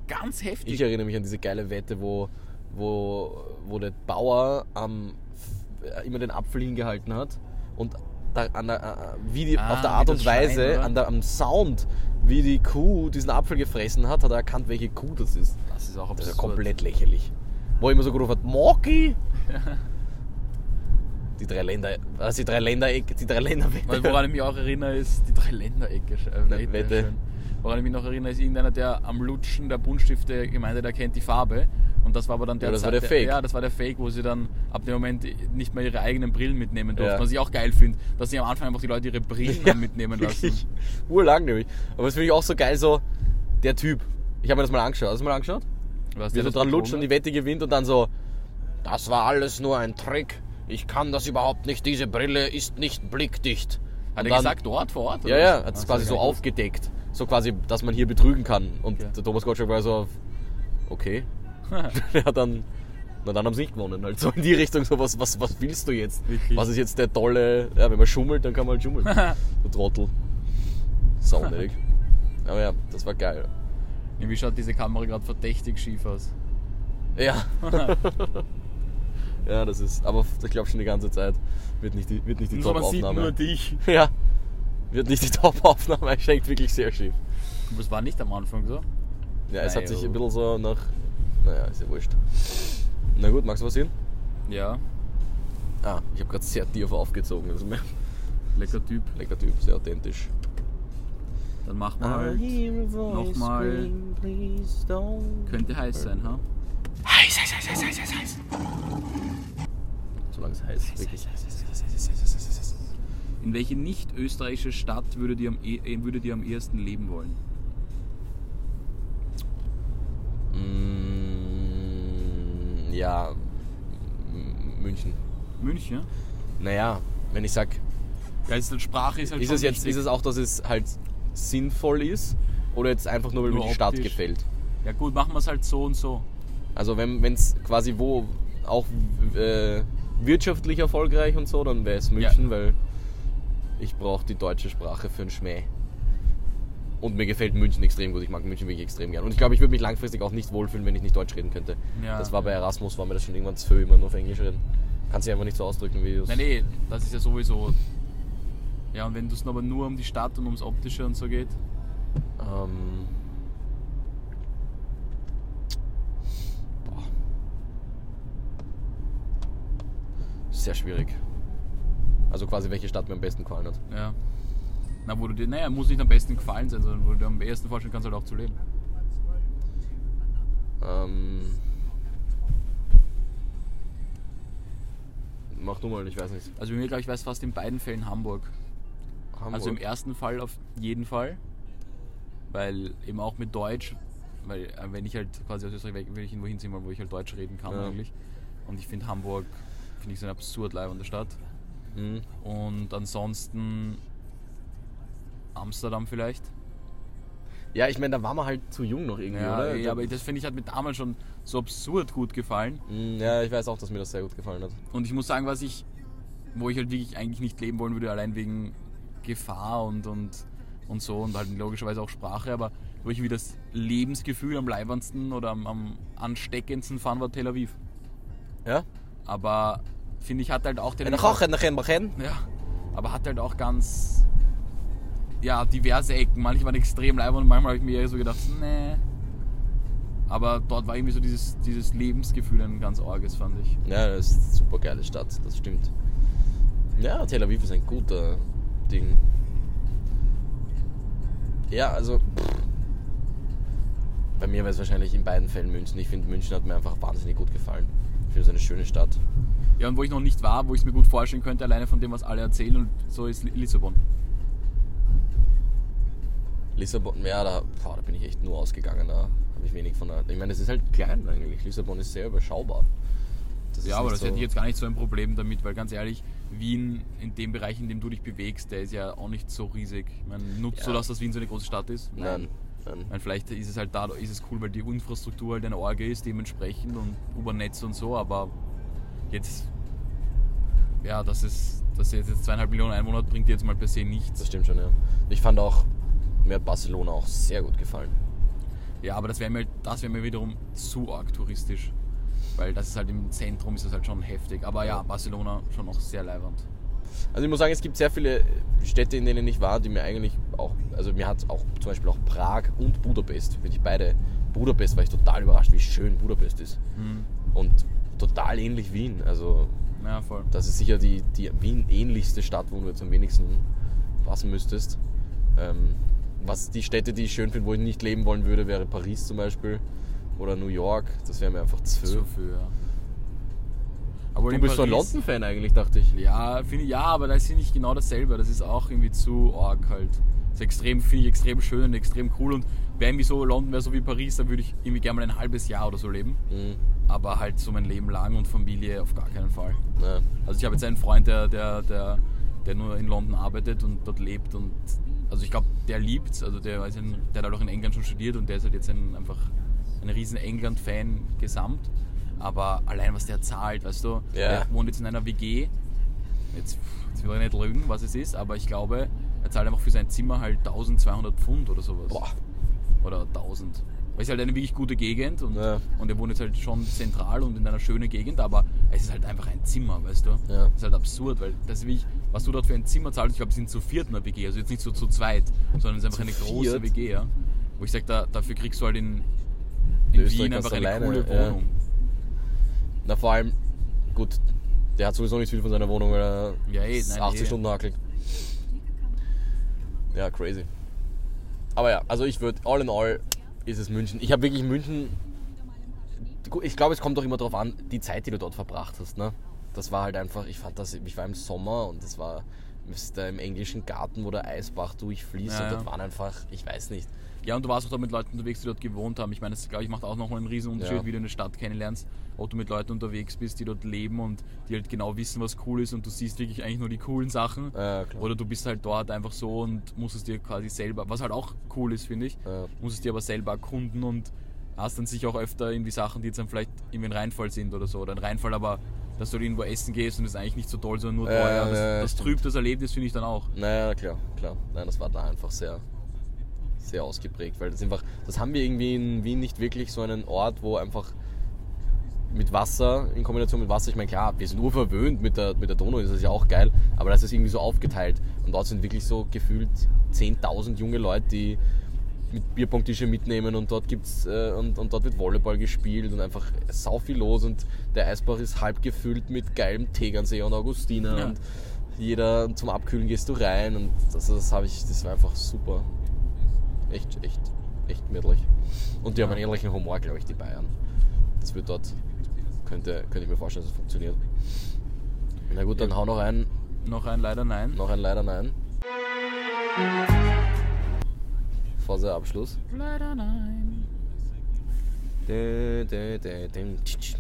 S3: ganz heftig.
S4: Ich erinnere mich an diese geile Wette, wo, wo, wo der Bauer am, F- äh, immer den Apfel hingehalten hat und da, an der, äh, wie die,
S3: Ah,
S4: auf der
S3: wie
S4: Art
S3: das
S4: und
S3: Schwein,
S4: Weise,
S3: oder?
S4: an der, am Sound, wie die Kuh diesen Apfel gefressen hat, hat er erkannt, welche Kuh das ist.
S3: das ist auch absurd.
S4: Das ist ja Also komplett lächerlich. Wo immer so gerufen hat, Moki! Die drei Länder, was die drei Länder, die drei Länder
S3: Weil woran ich mich auch erinnere, ist die Dreiländerecke. sch- Äh, Wette.
S4: Wette.
S3: schön. Woran ich mich noch erinnere, ist irgendeiner, der am Lutschen der Buntstifte gemeint hat, er kennt die Farbe. Und das war aber dann der
S4: Ja, das war
S3: Zeit-
S4: der Fake.
S3: Ja, das war der Fake, wo sie dann ab dem Moment nicht mehr ihre eigenen Brillen mitnehmen durften.
S4: Ja.
S3: Was ich auch geil finde, dass sie am Anfang einfach die Leute ihre Brillen dann mitnehmen
S4: Wirklich.
S3: lassen.
S4: Urlang nämlich. Aber das finde ich auch so geil, so der Typ. Ich habe mir das mal angeschaut. Hast du mal angeschaut?
S3: Was
S4: Wie er so dran lutscht und die Wette gewinnt und dann so, das war alles nur ein Trick. Ich kann das überhaupt nicht. Diese Brille ist nicht blickdicht.
S3: Hat
S4: Und
S3: er
S4: dann-
S3: gesagt, dort vor Ort?
S4: Ja,
S3: oder
S4: ja,
S3: was? Also,
S4: hat es
S3: Ach,
S4: quasi
S3: das
S4: so
S3: hab ich gar nicht
S4: aufgedeckt. So quasi, dass man hier betrügen kann. Und
S3: Okay.
S4: der Thomas Gottschalk war so, auf, okay. ja, dann, na dann haben sie nicht gewonnen. Halt so in die Richtung, so was, was, was willst du jetzt?
S3: Wirklich.
S4: Was ist jetzt der tolle, ja, wenn man schummelt, dann kann man halt schummeln. du Trottel. Saunig. Aber ja, das war geil.
S3: gewusst. Irgendwie schaut diese Kamera gerade verdächtig schief aus.
S4: Ja. ja, das ist, aber ich glaube schon die ganze Zeit wird nicht die, wird nicht die
S3: Nur man sieht nur
S4: Top-Aufnahme.
S3: dich.
S4: Ja, wird nicht die Top-Aufnahme, er schenkt wirklich sehr schief.
S3: Aber das war nicht am Anfang so.
S4: Ja, es hat
S3: Naja.
S4: sich ein bisschen so nach. Naja, ist ja wurscht. Na gut, magst du was sehen?
S3: Ja,
S4: Ah, ich habe gerade sehr tief aufgezogen. Also mein
S3: lecker Typ.
S4: lecker Typ, sehr authentisch.
S3: Dann machen wir halt. nochmal. Könnte heiß sein, ha?
S4: Solange es heiß ist. Wirklich.
S3: In welche nicht österreichische Stadt würdet ihr am, eh- eh- würdet ihr am ehesten leben wollen?
S4: Mm, ja, M- München.
S3: München?
S4: Naja, wenn ich sag,
S3: Ja, ist halt Sprache ist halt
S4: ist
S3: schon
S4: es jetzt,
S3: wichtig.
S4: ist es auch, dass es halt sinnvoll ist oder jetzt einfach nur, weil mir
S3: Nur
S4: die Stadt
S3: optisch.
S4: gefällt?
S3: Ja gut, machen wir es halt so und so.
S4: Also wenn es quasi wo auch äh, wirtschaftlich erfolgreich und so, dann wäre es München, weil ich brauche die deutsche Sprache für einen Schmäh. Und mir gefällt München extrem gut. Ich mag München wirklich extrem gern. Und ich glaube, ich würde mich langfristig auch nicht wohlfühlen, wenn ich nicht Deutsch reden könnte.
S3: Ja.
S4: das war bei Erasmus, war mir das schon irgendwann zu immer nur auf Englisch reden. Kannst dich einfach nicht so ausdrücken, wie du
S3: Nein, nee, das ist ja sowieso. Ja, und wenn es aber nur um die Stadt und ums Optische und so geht.
S4: Ähm. Boah. Sehr schwierig. Also quasi welche Stadt mir am besten gefallen hat.
S3: Ja. Na, wo du dir, naja, muss nicht am besten gefallen sein, sondern wo du dir am ehesten vorstellen kannst, halt auch zu leben.
S4: Ähm. Mach du mal, ich weiß nicht.
S3: Also bei mir, glaube ich, weiß fast in beiden Fällen Hamburg.
S4: Hamburg.
S3: Also im ersten Fall auf jeden Fall, weil eben auch mit Deutsch, weil äh, wenn ich halt quasi aus Österreich weg will, ich irgendwo hinziehen wollen, wo ich halt Deutsch reden kann
S4: Ja.
S3: eigentlich. Und ich finde Hamburg, finde ich so eine absurd leibende Stadt.
S4: Mhm.
S3: Und ansonsten Amsterdam vielleicht.
S4: Ja, ich meine, da waren wir halt zu jung noch irgendwie,
S3: Ja,
S4: oder?
S3: eh, aber das finde ich hat mir damals schon so absurd gut gefallen.
S4: Mhm, ja, ich weiß auch, dass mir das sehr gut gefallen hat.
S3: Und ich muss sagen, was ich, wo ich halt wirklich eigentlich nicht leben wollen würde, allein wegen Gefahr und, und, und so und halt logischerweise auch Sprache, aber wo ich wie das Lebensgefühl am leibendsten oder am, am ansteckendsten fand, war Tel Aviv.
S4: Ja?
S3: Aber finde ich, hat halt auch Tel
S4: Ein
S3: Aviv.
S4: Kochen, ein Machen.
S3: Ja, aber hat halt auch ganz, ja, diverse Ecken. Manche waren extrem leibend und manchmal habe ich mir eher so gedacht, nee. Aber dort war irgendwie so dieses, dieses Lebensgefühl ein ganz arges, fand ich.
S4: Ja, das ist eine super geile Stadt, das stimmt. Ja, Tel Aviv ist ein guter Ding. Ja, also pff. bei mir wäre es wahrscheinlich in beiden Fällen München. Ich finde, München hat mir einfach wahnsinnig gut gefallen. Ich finde es eine schöne Stadt.
S3: Ja, und wo ich noch nicht war, wo ich es mir gut vorstellen könnte, alleine von dem, was alle erzählen, und so ist Li- Lissabon.
S4: Lissabon, ja, da, boah, da bin ich echt nur ausgegangen. Da habe ich wenig von der. Ich meine, es ist halt klein eigentlich. Lissabon ist sehr überschaubar. Das
S3: Ja,
S4: ist
S3: aber
S4: nicht
S3: das hätte ich jetzt gar nicht so ein Problem damit, weil ganz ehrlich, Wien in dem Bereich, in dem du dich bewegst, der ist ja auch nicht so riesig. Man nutzt so
S4: Ja.
S3: das, dass Wien so eine große Stadt ist?
S4: Nein, nein.
S3: Ich meine, vielleicht ist es halt da, ist es cool, weil die Infrastruktur halt eine Orgel ist, dementsprechend und U-Bahn-Netz und so, aber jetzt, ja, das ist, dass jetzt, jetzt zweieinhalb Millionen Einwohner hat, bringt dir jetzt mal per se
S4: Das
S3: nichts.
S4: stimmt schon, ja. Ich fand auch, mir hat Barcelona auch sehr gut gefallen.
S3: Ja, aber das wäre mir, das wäre mir wiederum zu arg touristisch, weil das ist halt im Zentrum, ist das halt schon heftig. Aber ja, Barcelona schon auch sehr leiwand.
S4: Also ich muss sagen, es gibt sehr viele Städte, in denen ich war, die mir eigentlich auch, also mir hat auch zum Beispiel auch Prag und Budapest, finde ich beide. Budapest war ich total überrascht, wie schön Budapest ist.
S3: Hm.
S4: Und total ähnlich Wien. Also
S3: Ja, voll.
S4: das ist sicher die, die Wien-ähnlichste Stadt, wo du jetzt am wenigsten passen müsstest. Ähm, was die Städte, die ich schön finde, wo ich nicht leben wollen würde, wäre Paris zum Beispiel oder New York. Das wäre mir einfach zu viel.
S3: So viel, ja. Aber
S4: Du
S3: in
S4: bist so ein
S3: Paris-
S4: London-Fan eigentlich, dachte ich.
S3: Ja, finde ich, ja, aber da ist sie nicht genau dasselbe. Das ist auch irgendwie zu arg halt. Das ist extrem, finde ich extrem schön und extrem cool. Und wäre irgendwie so, London wäre so wie Paris, dann würde ich irgendwie gerne mal ein halbes Jahr oder so leben.
S4: Mhm.
S3: Aber halt so mein Leben lang und Familie auf gar keinen Fall.
S4: Ja.
S3: Also ich habe jetzt einen Freund, der, der, der, der nur in London arbeitet und dort lebt und also ich glaube, der liebt's, also der, ist ein, der hat halt auch in England schon studiert und der ist halt jetzt ein, einfach ein riesen England-Fan gesamt. Aber allein was der zahlt, weißt du, der wohnt jetzt in einer WG. Jetzt, jetzt will ich nicht lügen, was es ist, aber ich glaube, er zahlt einfach für sein Zimmer halt 1200 Pfund oder sowas.
S4: Boah.
S3: Oder 1000. Weil es ist halt eine wirklich gute Gegend und,
S4: Ja.
S3: und er wohnt jetzt halt schon zentral und in einer schönen Gegend, aber es ist halt einfach ein Zimmer, weißt du?
S4: Ja.
S3: Das ist halt absurd, weil das ist wirklich, was du dort für ein Zimmer zahlst, ich glaube, wir sind zu viert in der WG, also jetzt nicht so zu zweit, sondern es ist einfach eine große
S4: viert?
S3: WG, ja. Wo ich sage, da, dafür kriegst du halt in, in
S4: Österreich
S3: Wien
S4: kannst
S3: einfach
S4: du
S3: eine
S4: alleine,
S3: coole
S4: ja.
S3: Wohnung.
S4: Na, vor allem, gut, der hat sowieso nicht viel von seiner Wohnung, weil er
S3: Ja, eh, nein,
S4: 80
S3: eh.
S4: Stunden hackelt. Ja, crazy. Aber ja, also ich würde, all in all ist es München. Ich habe wirklich München. Gut, Ich glaube, es kommt doch immer darauf an, die Zeit, die du dort verbracht hast. Ne? Das war halt einfach, ich fand das, ich war im Sommer und das war ist da im englischen Garten, wo der Eisbach durchfließt
S3: Ja,
S4: und
S3: ja.
S4: dort waren einfach, ich weiß nicht.
S3: Ja, und du warst auch da mit Leuten unterwegs, die dort gewohnt haben. Ich meine, das, glaube ich, macht auch nochmal einen riesen Unterschied,
S4: Ja.
S3: wie du eine Stadt kennenlernst. Ob du mit Leuten unterwegs bist, die dort leben und die halt genau wissen, was cool ist und du siehst wirklich eigentlich nur die coolen Sachen.
S4: Ja, klar.
S3: Oder du bist halt dort einfach so und musst es dir quasi selber, was halt auch cool ist, finde ich,
S4: Ja.
S3: musst es dir aber selber erkunden und hast dann sicher auch öfter irgendwie Sachen, die jetzt dann vielleicht irgendwie ein Reinfall sind oder so. Oder ein Reinfall, aber dass du irgendwo essen gehst und es ist eigentlich nicht so toll, sondern nur
S4: Ja,
S3: teuer.
S4: ja,
S3: das
S4: ja,
S3: das
S4: stimmt.
S3: trübt das Erlebnis, finde ich dann auch.
S4: Naja, klar, klar. Nein, das war da einfach sehr, sehr ausgeprägt, weil das einfach, das haben wir irgendwie in Wien nicht wirklich so einen Ort, wo einfach mit Wasser, in Kombination mit Wasser, ich meine, klar, wir sind urverwöhnt mit der, mit der Donau, das ist ja auch geil, aber das ist irgendwie so aufgeteilt und dort sind wirklich so gefühlt 10.000 junge Leute, die mit Bierpunktische mitnehmen und dort gibt's äh, und, und dort wird Volleyball gespielt und einfach sau viel los und der Eisbach ist halb gefüllt mit geilem Tegernsee und Augustiner
S3: Ja.
S4: und jeder zum Abkühlen gehst du rein und das, das habe ich, das war einfach super. Echt, echt, echt mittlich. Und die haben einen ähnlichen Humor, glaube ich, die Bayern. Das wird dort, könnte, könnte ich mir vorstellen, dass es funktioniert. Na gut, dann hau noch einen,
S3: Noch ein leider nein.
S4: noch einen leider nein. Vor der Abschluss.
S3: Leider nein.
S4: Dä, dä, dä, dä, tsch, tsch.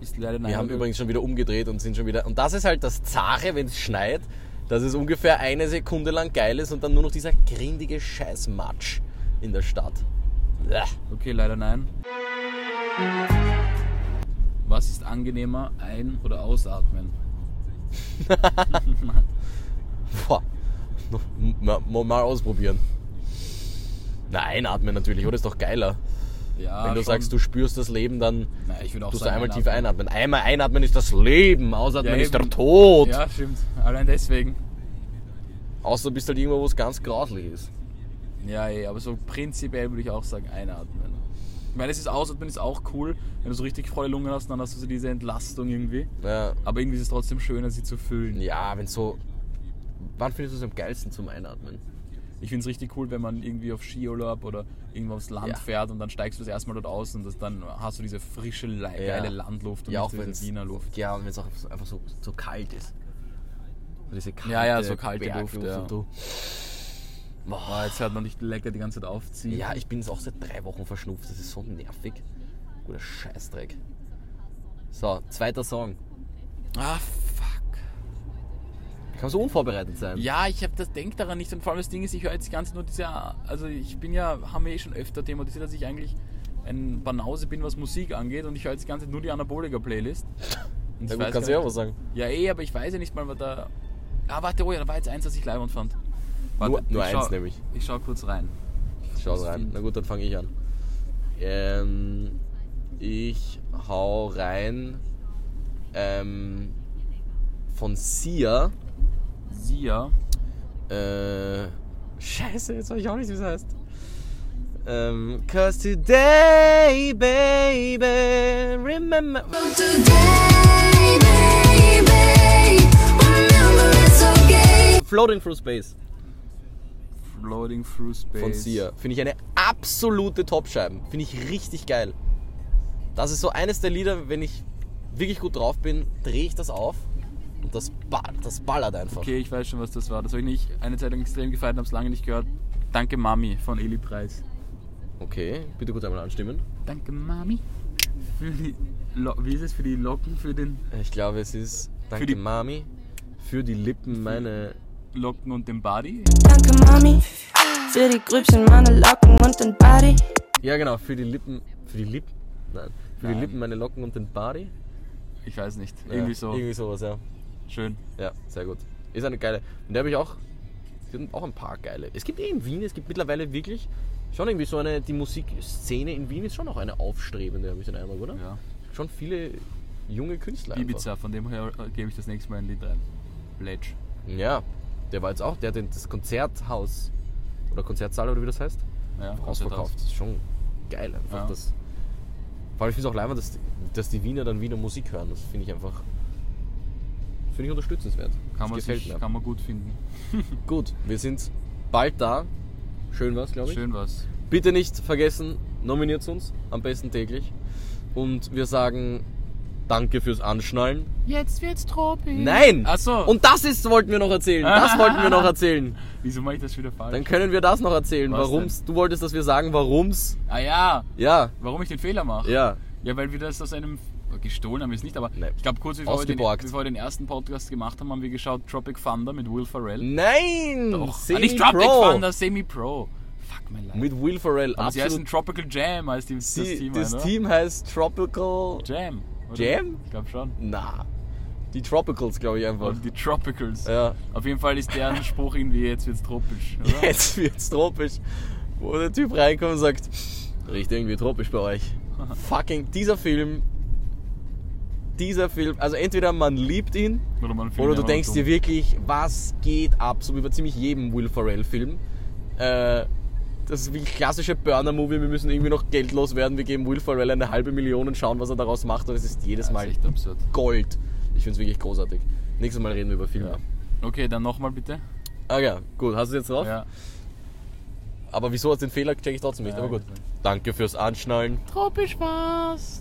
S3: Ist leider nein.
S4: Wir haben
S3: aber-
S4: übrigens schon wieder umgedreht und sind schon wieder. Und das ist halt das Zache, wenn es schneit, dass es ungefähr eine Sekunde lang geil ist und dann nur noch dieser grindige Scheißmatsch in der Stadt. Bäh.
S3: Okay, leider nein. Was ist angenehmer, ein- oder ausatmen?
S4: Boah. Noch- Mal, mal- mal ausprobieren. Na, einatmen natürlich, oder? Ist doch geiler.
S3: Ja,
S4: Wenn du
S3: schon.
S4: sagst, du spürst das Leben, dann
S3: Na, ich würde auch
S4: tust du
S3: sagen,
S4: einmal tief einatmen. Einmal einatmen ist das Leben, ausatmen
S3: Ja,
S4: ist der
S3: eben.
S4: Tod.
S3: Ja, stimmt. Allein deswegen.
S4: Außer du bist halt irgendwo, wo es ganz grauslich ist.
S3: Ja, eh, aber so prinzipiell würde ich auch sagen, einatmen. Ich meine, es ist ausatmen, ist auch cool. Wenn du so richtig volle Lungen hast, dann hast du so diese Entlastung irgendwie.
S4: Ja,
S3: Aber irgendwie ist es trotzdem schöner, sie zu füllen.
S4: ja wenn so. Wann findest du es am geilsten zum Einatmen?
S3: Ich finde es richtig cool, wenn man irgendwie auf Skiurlaub oder irgendwo aufs Land
S4: Ja.
S3: fährt und dann steigst du das erste Mal dort aus und das, dann hast du diese frische, le- geile Landluft und
S4: ja,
S3: nicht
S4: auch
S3: diese
S4: wenn's-
S3: Wiener Luft.
S4: Ja, und wenn es auch so- einfach so, so kalt ist. So diese kalte,
S3: Ja, ja, so kalte Luft,
S4: Bergluft
S3: ja.
S4: und du-
S3: Oh, jetzt hört man nicht lecker die ganze Zeit aufziehen.
S4: Ja, ich bin jetzt auch seit drei Wochen verschnupft. Das ist so nervig. Guter Scheißdreck. So, zweiter Song.
S3: Ah, fuck.
S4: Ich kann so unvorbereitet sein.
S3: Ja, ich hab das denk daran nicht und vor allem das Ding ist, ich höre jetzt ganz nur diese, also ich bin ja, haben wir eh schon öfter thematisiert, dass ich eigentlich ein Banause bin, was Musik angeht und ich höre jetzt die ganze Zeit nur die Anaboliker-Playlist. Und
S4: Na
S3: ich
S4: gut,
S3: weiß
S4: kannst
S3: gar
S4: du ja auch
S3: nicht-
S4: was sagen.
S3: Ja, eh, aber ich weiß ja nicht mal, was da. Ah, warte, oh ja, da war jetzt eins, das ich leibend fand.
S4: Nur-
S3: ich
S4: nur eins nämlich.
S3: Ich schau kurz rein.
S4: Schau rein. Na gut, dann fange ich an. Ähm, ich hau rein ähm, von Sia.
S3: Sia.
S4: Äh, Scheiße, jetzt weiß ich auch nicht, wie es heißt. Ähm, Cause today, baby, remember.
S7: Today, baby, remember it's okay.
S4: Floating through space
S3: Floating Through Space.
S4: von Sia. Finde ich eine absolute Topscheibe. Finde ich richtig geil. Das ist so eines der Lieder, wenn ich wirklich gut drauf bin, drehe ich das auf und das, ball, das ballert einfach.
S3: Okay, ich weiß schon, was das war. Das habe ich nicht eine Zeit lang extrem gefeiert, hab's lange nicht gehört. Danke, Mami von Eli Preis.
S4: okay, bitte kurz einmal anstimmen.
S3: Danke, Mami. Für die Lo Wie ist es für die Locken? Für den
S4: Ich glaube, es ist Danke,
S3: die-
S4: Mami, für die Lippen meine.
S3: Locken und den Body?
S8: Danke, Mami, für die Grübchen, meine Locken und den Body.
S4: Ja, genau, für die Lippen. Für die Lippen? Nein. Für die
S3: Nein.
S4: Lippen, meine Locken und den Body?
S3: Ich weiß nicht. Irgendwie
S4: ja,
S3: so.
S4: Irgendwie sowas, ja.
S3: Schön.
S4: Ja, sehr gut. Ist eine geile. Und da habe ich auch. Es gibt auch ein paar geile. Es gibt eh in Wien, es gibt mittlerweile wirklich schon irgendwie so eine. Die Musikszene in Wien ist schon auch eine aufstrebende, habe ich den Eindruck, oder?
S3: Ja.
S4: Schon viele junge Künstler. einfach.
S3: Ibiza, von dem her äh, gebe ich das nächste Mal ein Lied rein. Ledge.
S4: Ja, der war jetzt auch. Der hat den- das Konzerthaus oder Konzertsaal oder wie das heißt.
S3: Ja,
S4: ausverkauft. Das ist schon geil. Einfach
S3: Ja.
S4: das. Vor allem, ich finde es auch leibend, dass, dass die Wiener dann Wiener Musik hören. Das finde ich einfach. Finde ich unterstützenswert.
S3: Kann
S4: das
S3: man,
S4: gefällt
S3: sich,
S4: mir.
S3: kann man gut finden.
S4: Gut, wir sind bald da. Schön war's, glaube ich.
S3: Schön was.
S4: Bitte nicht vergessen, nominiert uns, am besten täglich. Und wir sagen Danke fürs Anschnallen.
S2: Jetzt wird's tropisch.
S4: Nein!
S3: Ach so.
S4: Und das ist, wollten wir noch erzählen. Das wollten wir noch erzählen.
S3: Wieso mache ich das wieder falsch?
S4: Dann können wir das noch erzählen.
S3: Was
S4: Warum's? Du wolltest, dass wir sagen, warum's?
S3: ah ja,
S4: Ja,
S3: warum ich den Fehler mache?
S4: ja.
S3: Ja, weil wir das aus einem. Gestohlen haben wir es nicht, aber
S4: Nee.
S3: ich glaube, kurz bevor wir, den,
S4: Ausgeborgt.
S3: bevor wir den ersten Podcast gemacht haben, haben wir geschaut Tropic Thunder mit Will Ferrell.
S4: Nein!
S3: Doch. Ah,
S4: Semi
S3: nicht Tropic
S4: Pro.
S3: Thunder, Semi-Pro. Fuck mein Leid.
S4: Mit Will Ferrell.
S3: aber sie heißen
S4: Absolut.
S3: Tropical Jam als die, das
S4: Sie-
S3: Team.
S4: das
S3: oder?
S4: Team heißt Tropical.
S3: Jam. Oder?
S4: Jam?
S3: Ich glaube schon.
S4: Na. Die Tropicals, glaube ich einfach.
S3: Und die Tropicals.
S4: Ja.
S3: Auf jeden Fall ist deren Spruch irgendwie jetzt wird's tropisch, oder?
S4: Jetzt wird's tropisch. Wo der Typ reinkommt und sagt, riecht irgendwie tropisch bei euch. Fucking dieser Film. Dieser Film. Also entweder man liebt ihn
S3: Oder, man findet
S4: oder du
S3: einfach
S4: denkst
S3: dumm.
S4: dir wirklich, was geht ab? So wie bei ziemlich jedem Will Ferrell-Film. Äh, das ist wie ein klassischer Burner-Movie. Wir müssen irgendwie noch geldlos werden. Wir geben Will Ferrell eine halbe Million und schauen, was er daraus macht. Und es ist jedes
S3: Das
S4: Mal
S3: ist echt absurd.
S4: Gold. Ich find's wirklich großartig. Nächstes Mal reden wir über Filme.
S3: Okay, dann nochmal bitte.
S4: Ah ja, gut. Hast du jetzt drauf?
S3: Ja.
S4: Aber wieso hast du den Fehler? Check ich trotzdem nicht.
S3: Ja,
S4: Aber gut.
S3: kann
S4: Danke fürs Anschnallen.
S2: Tropisch war's.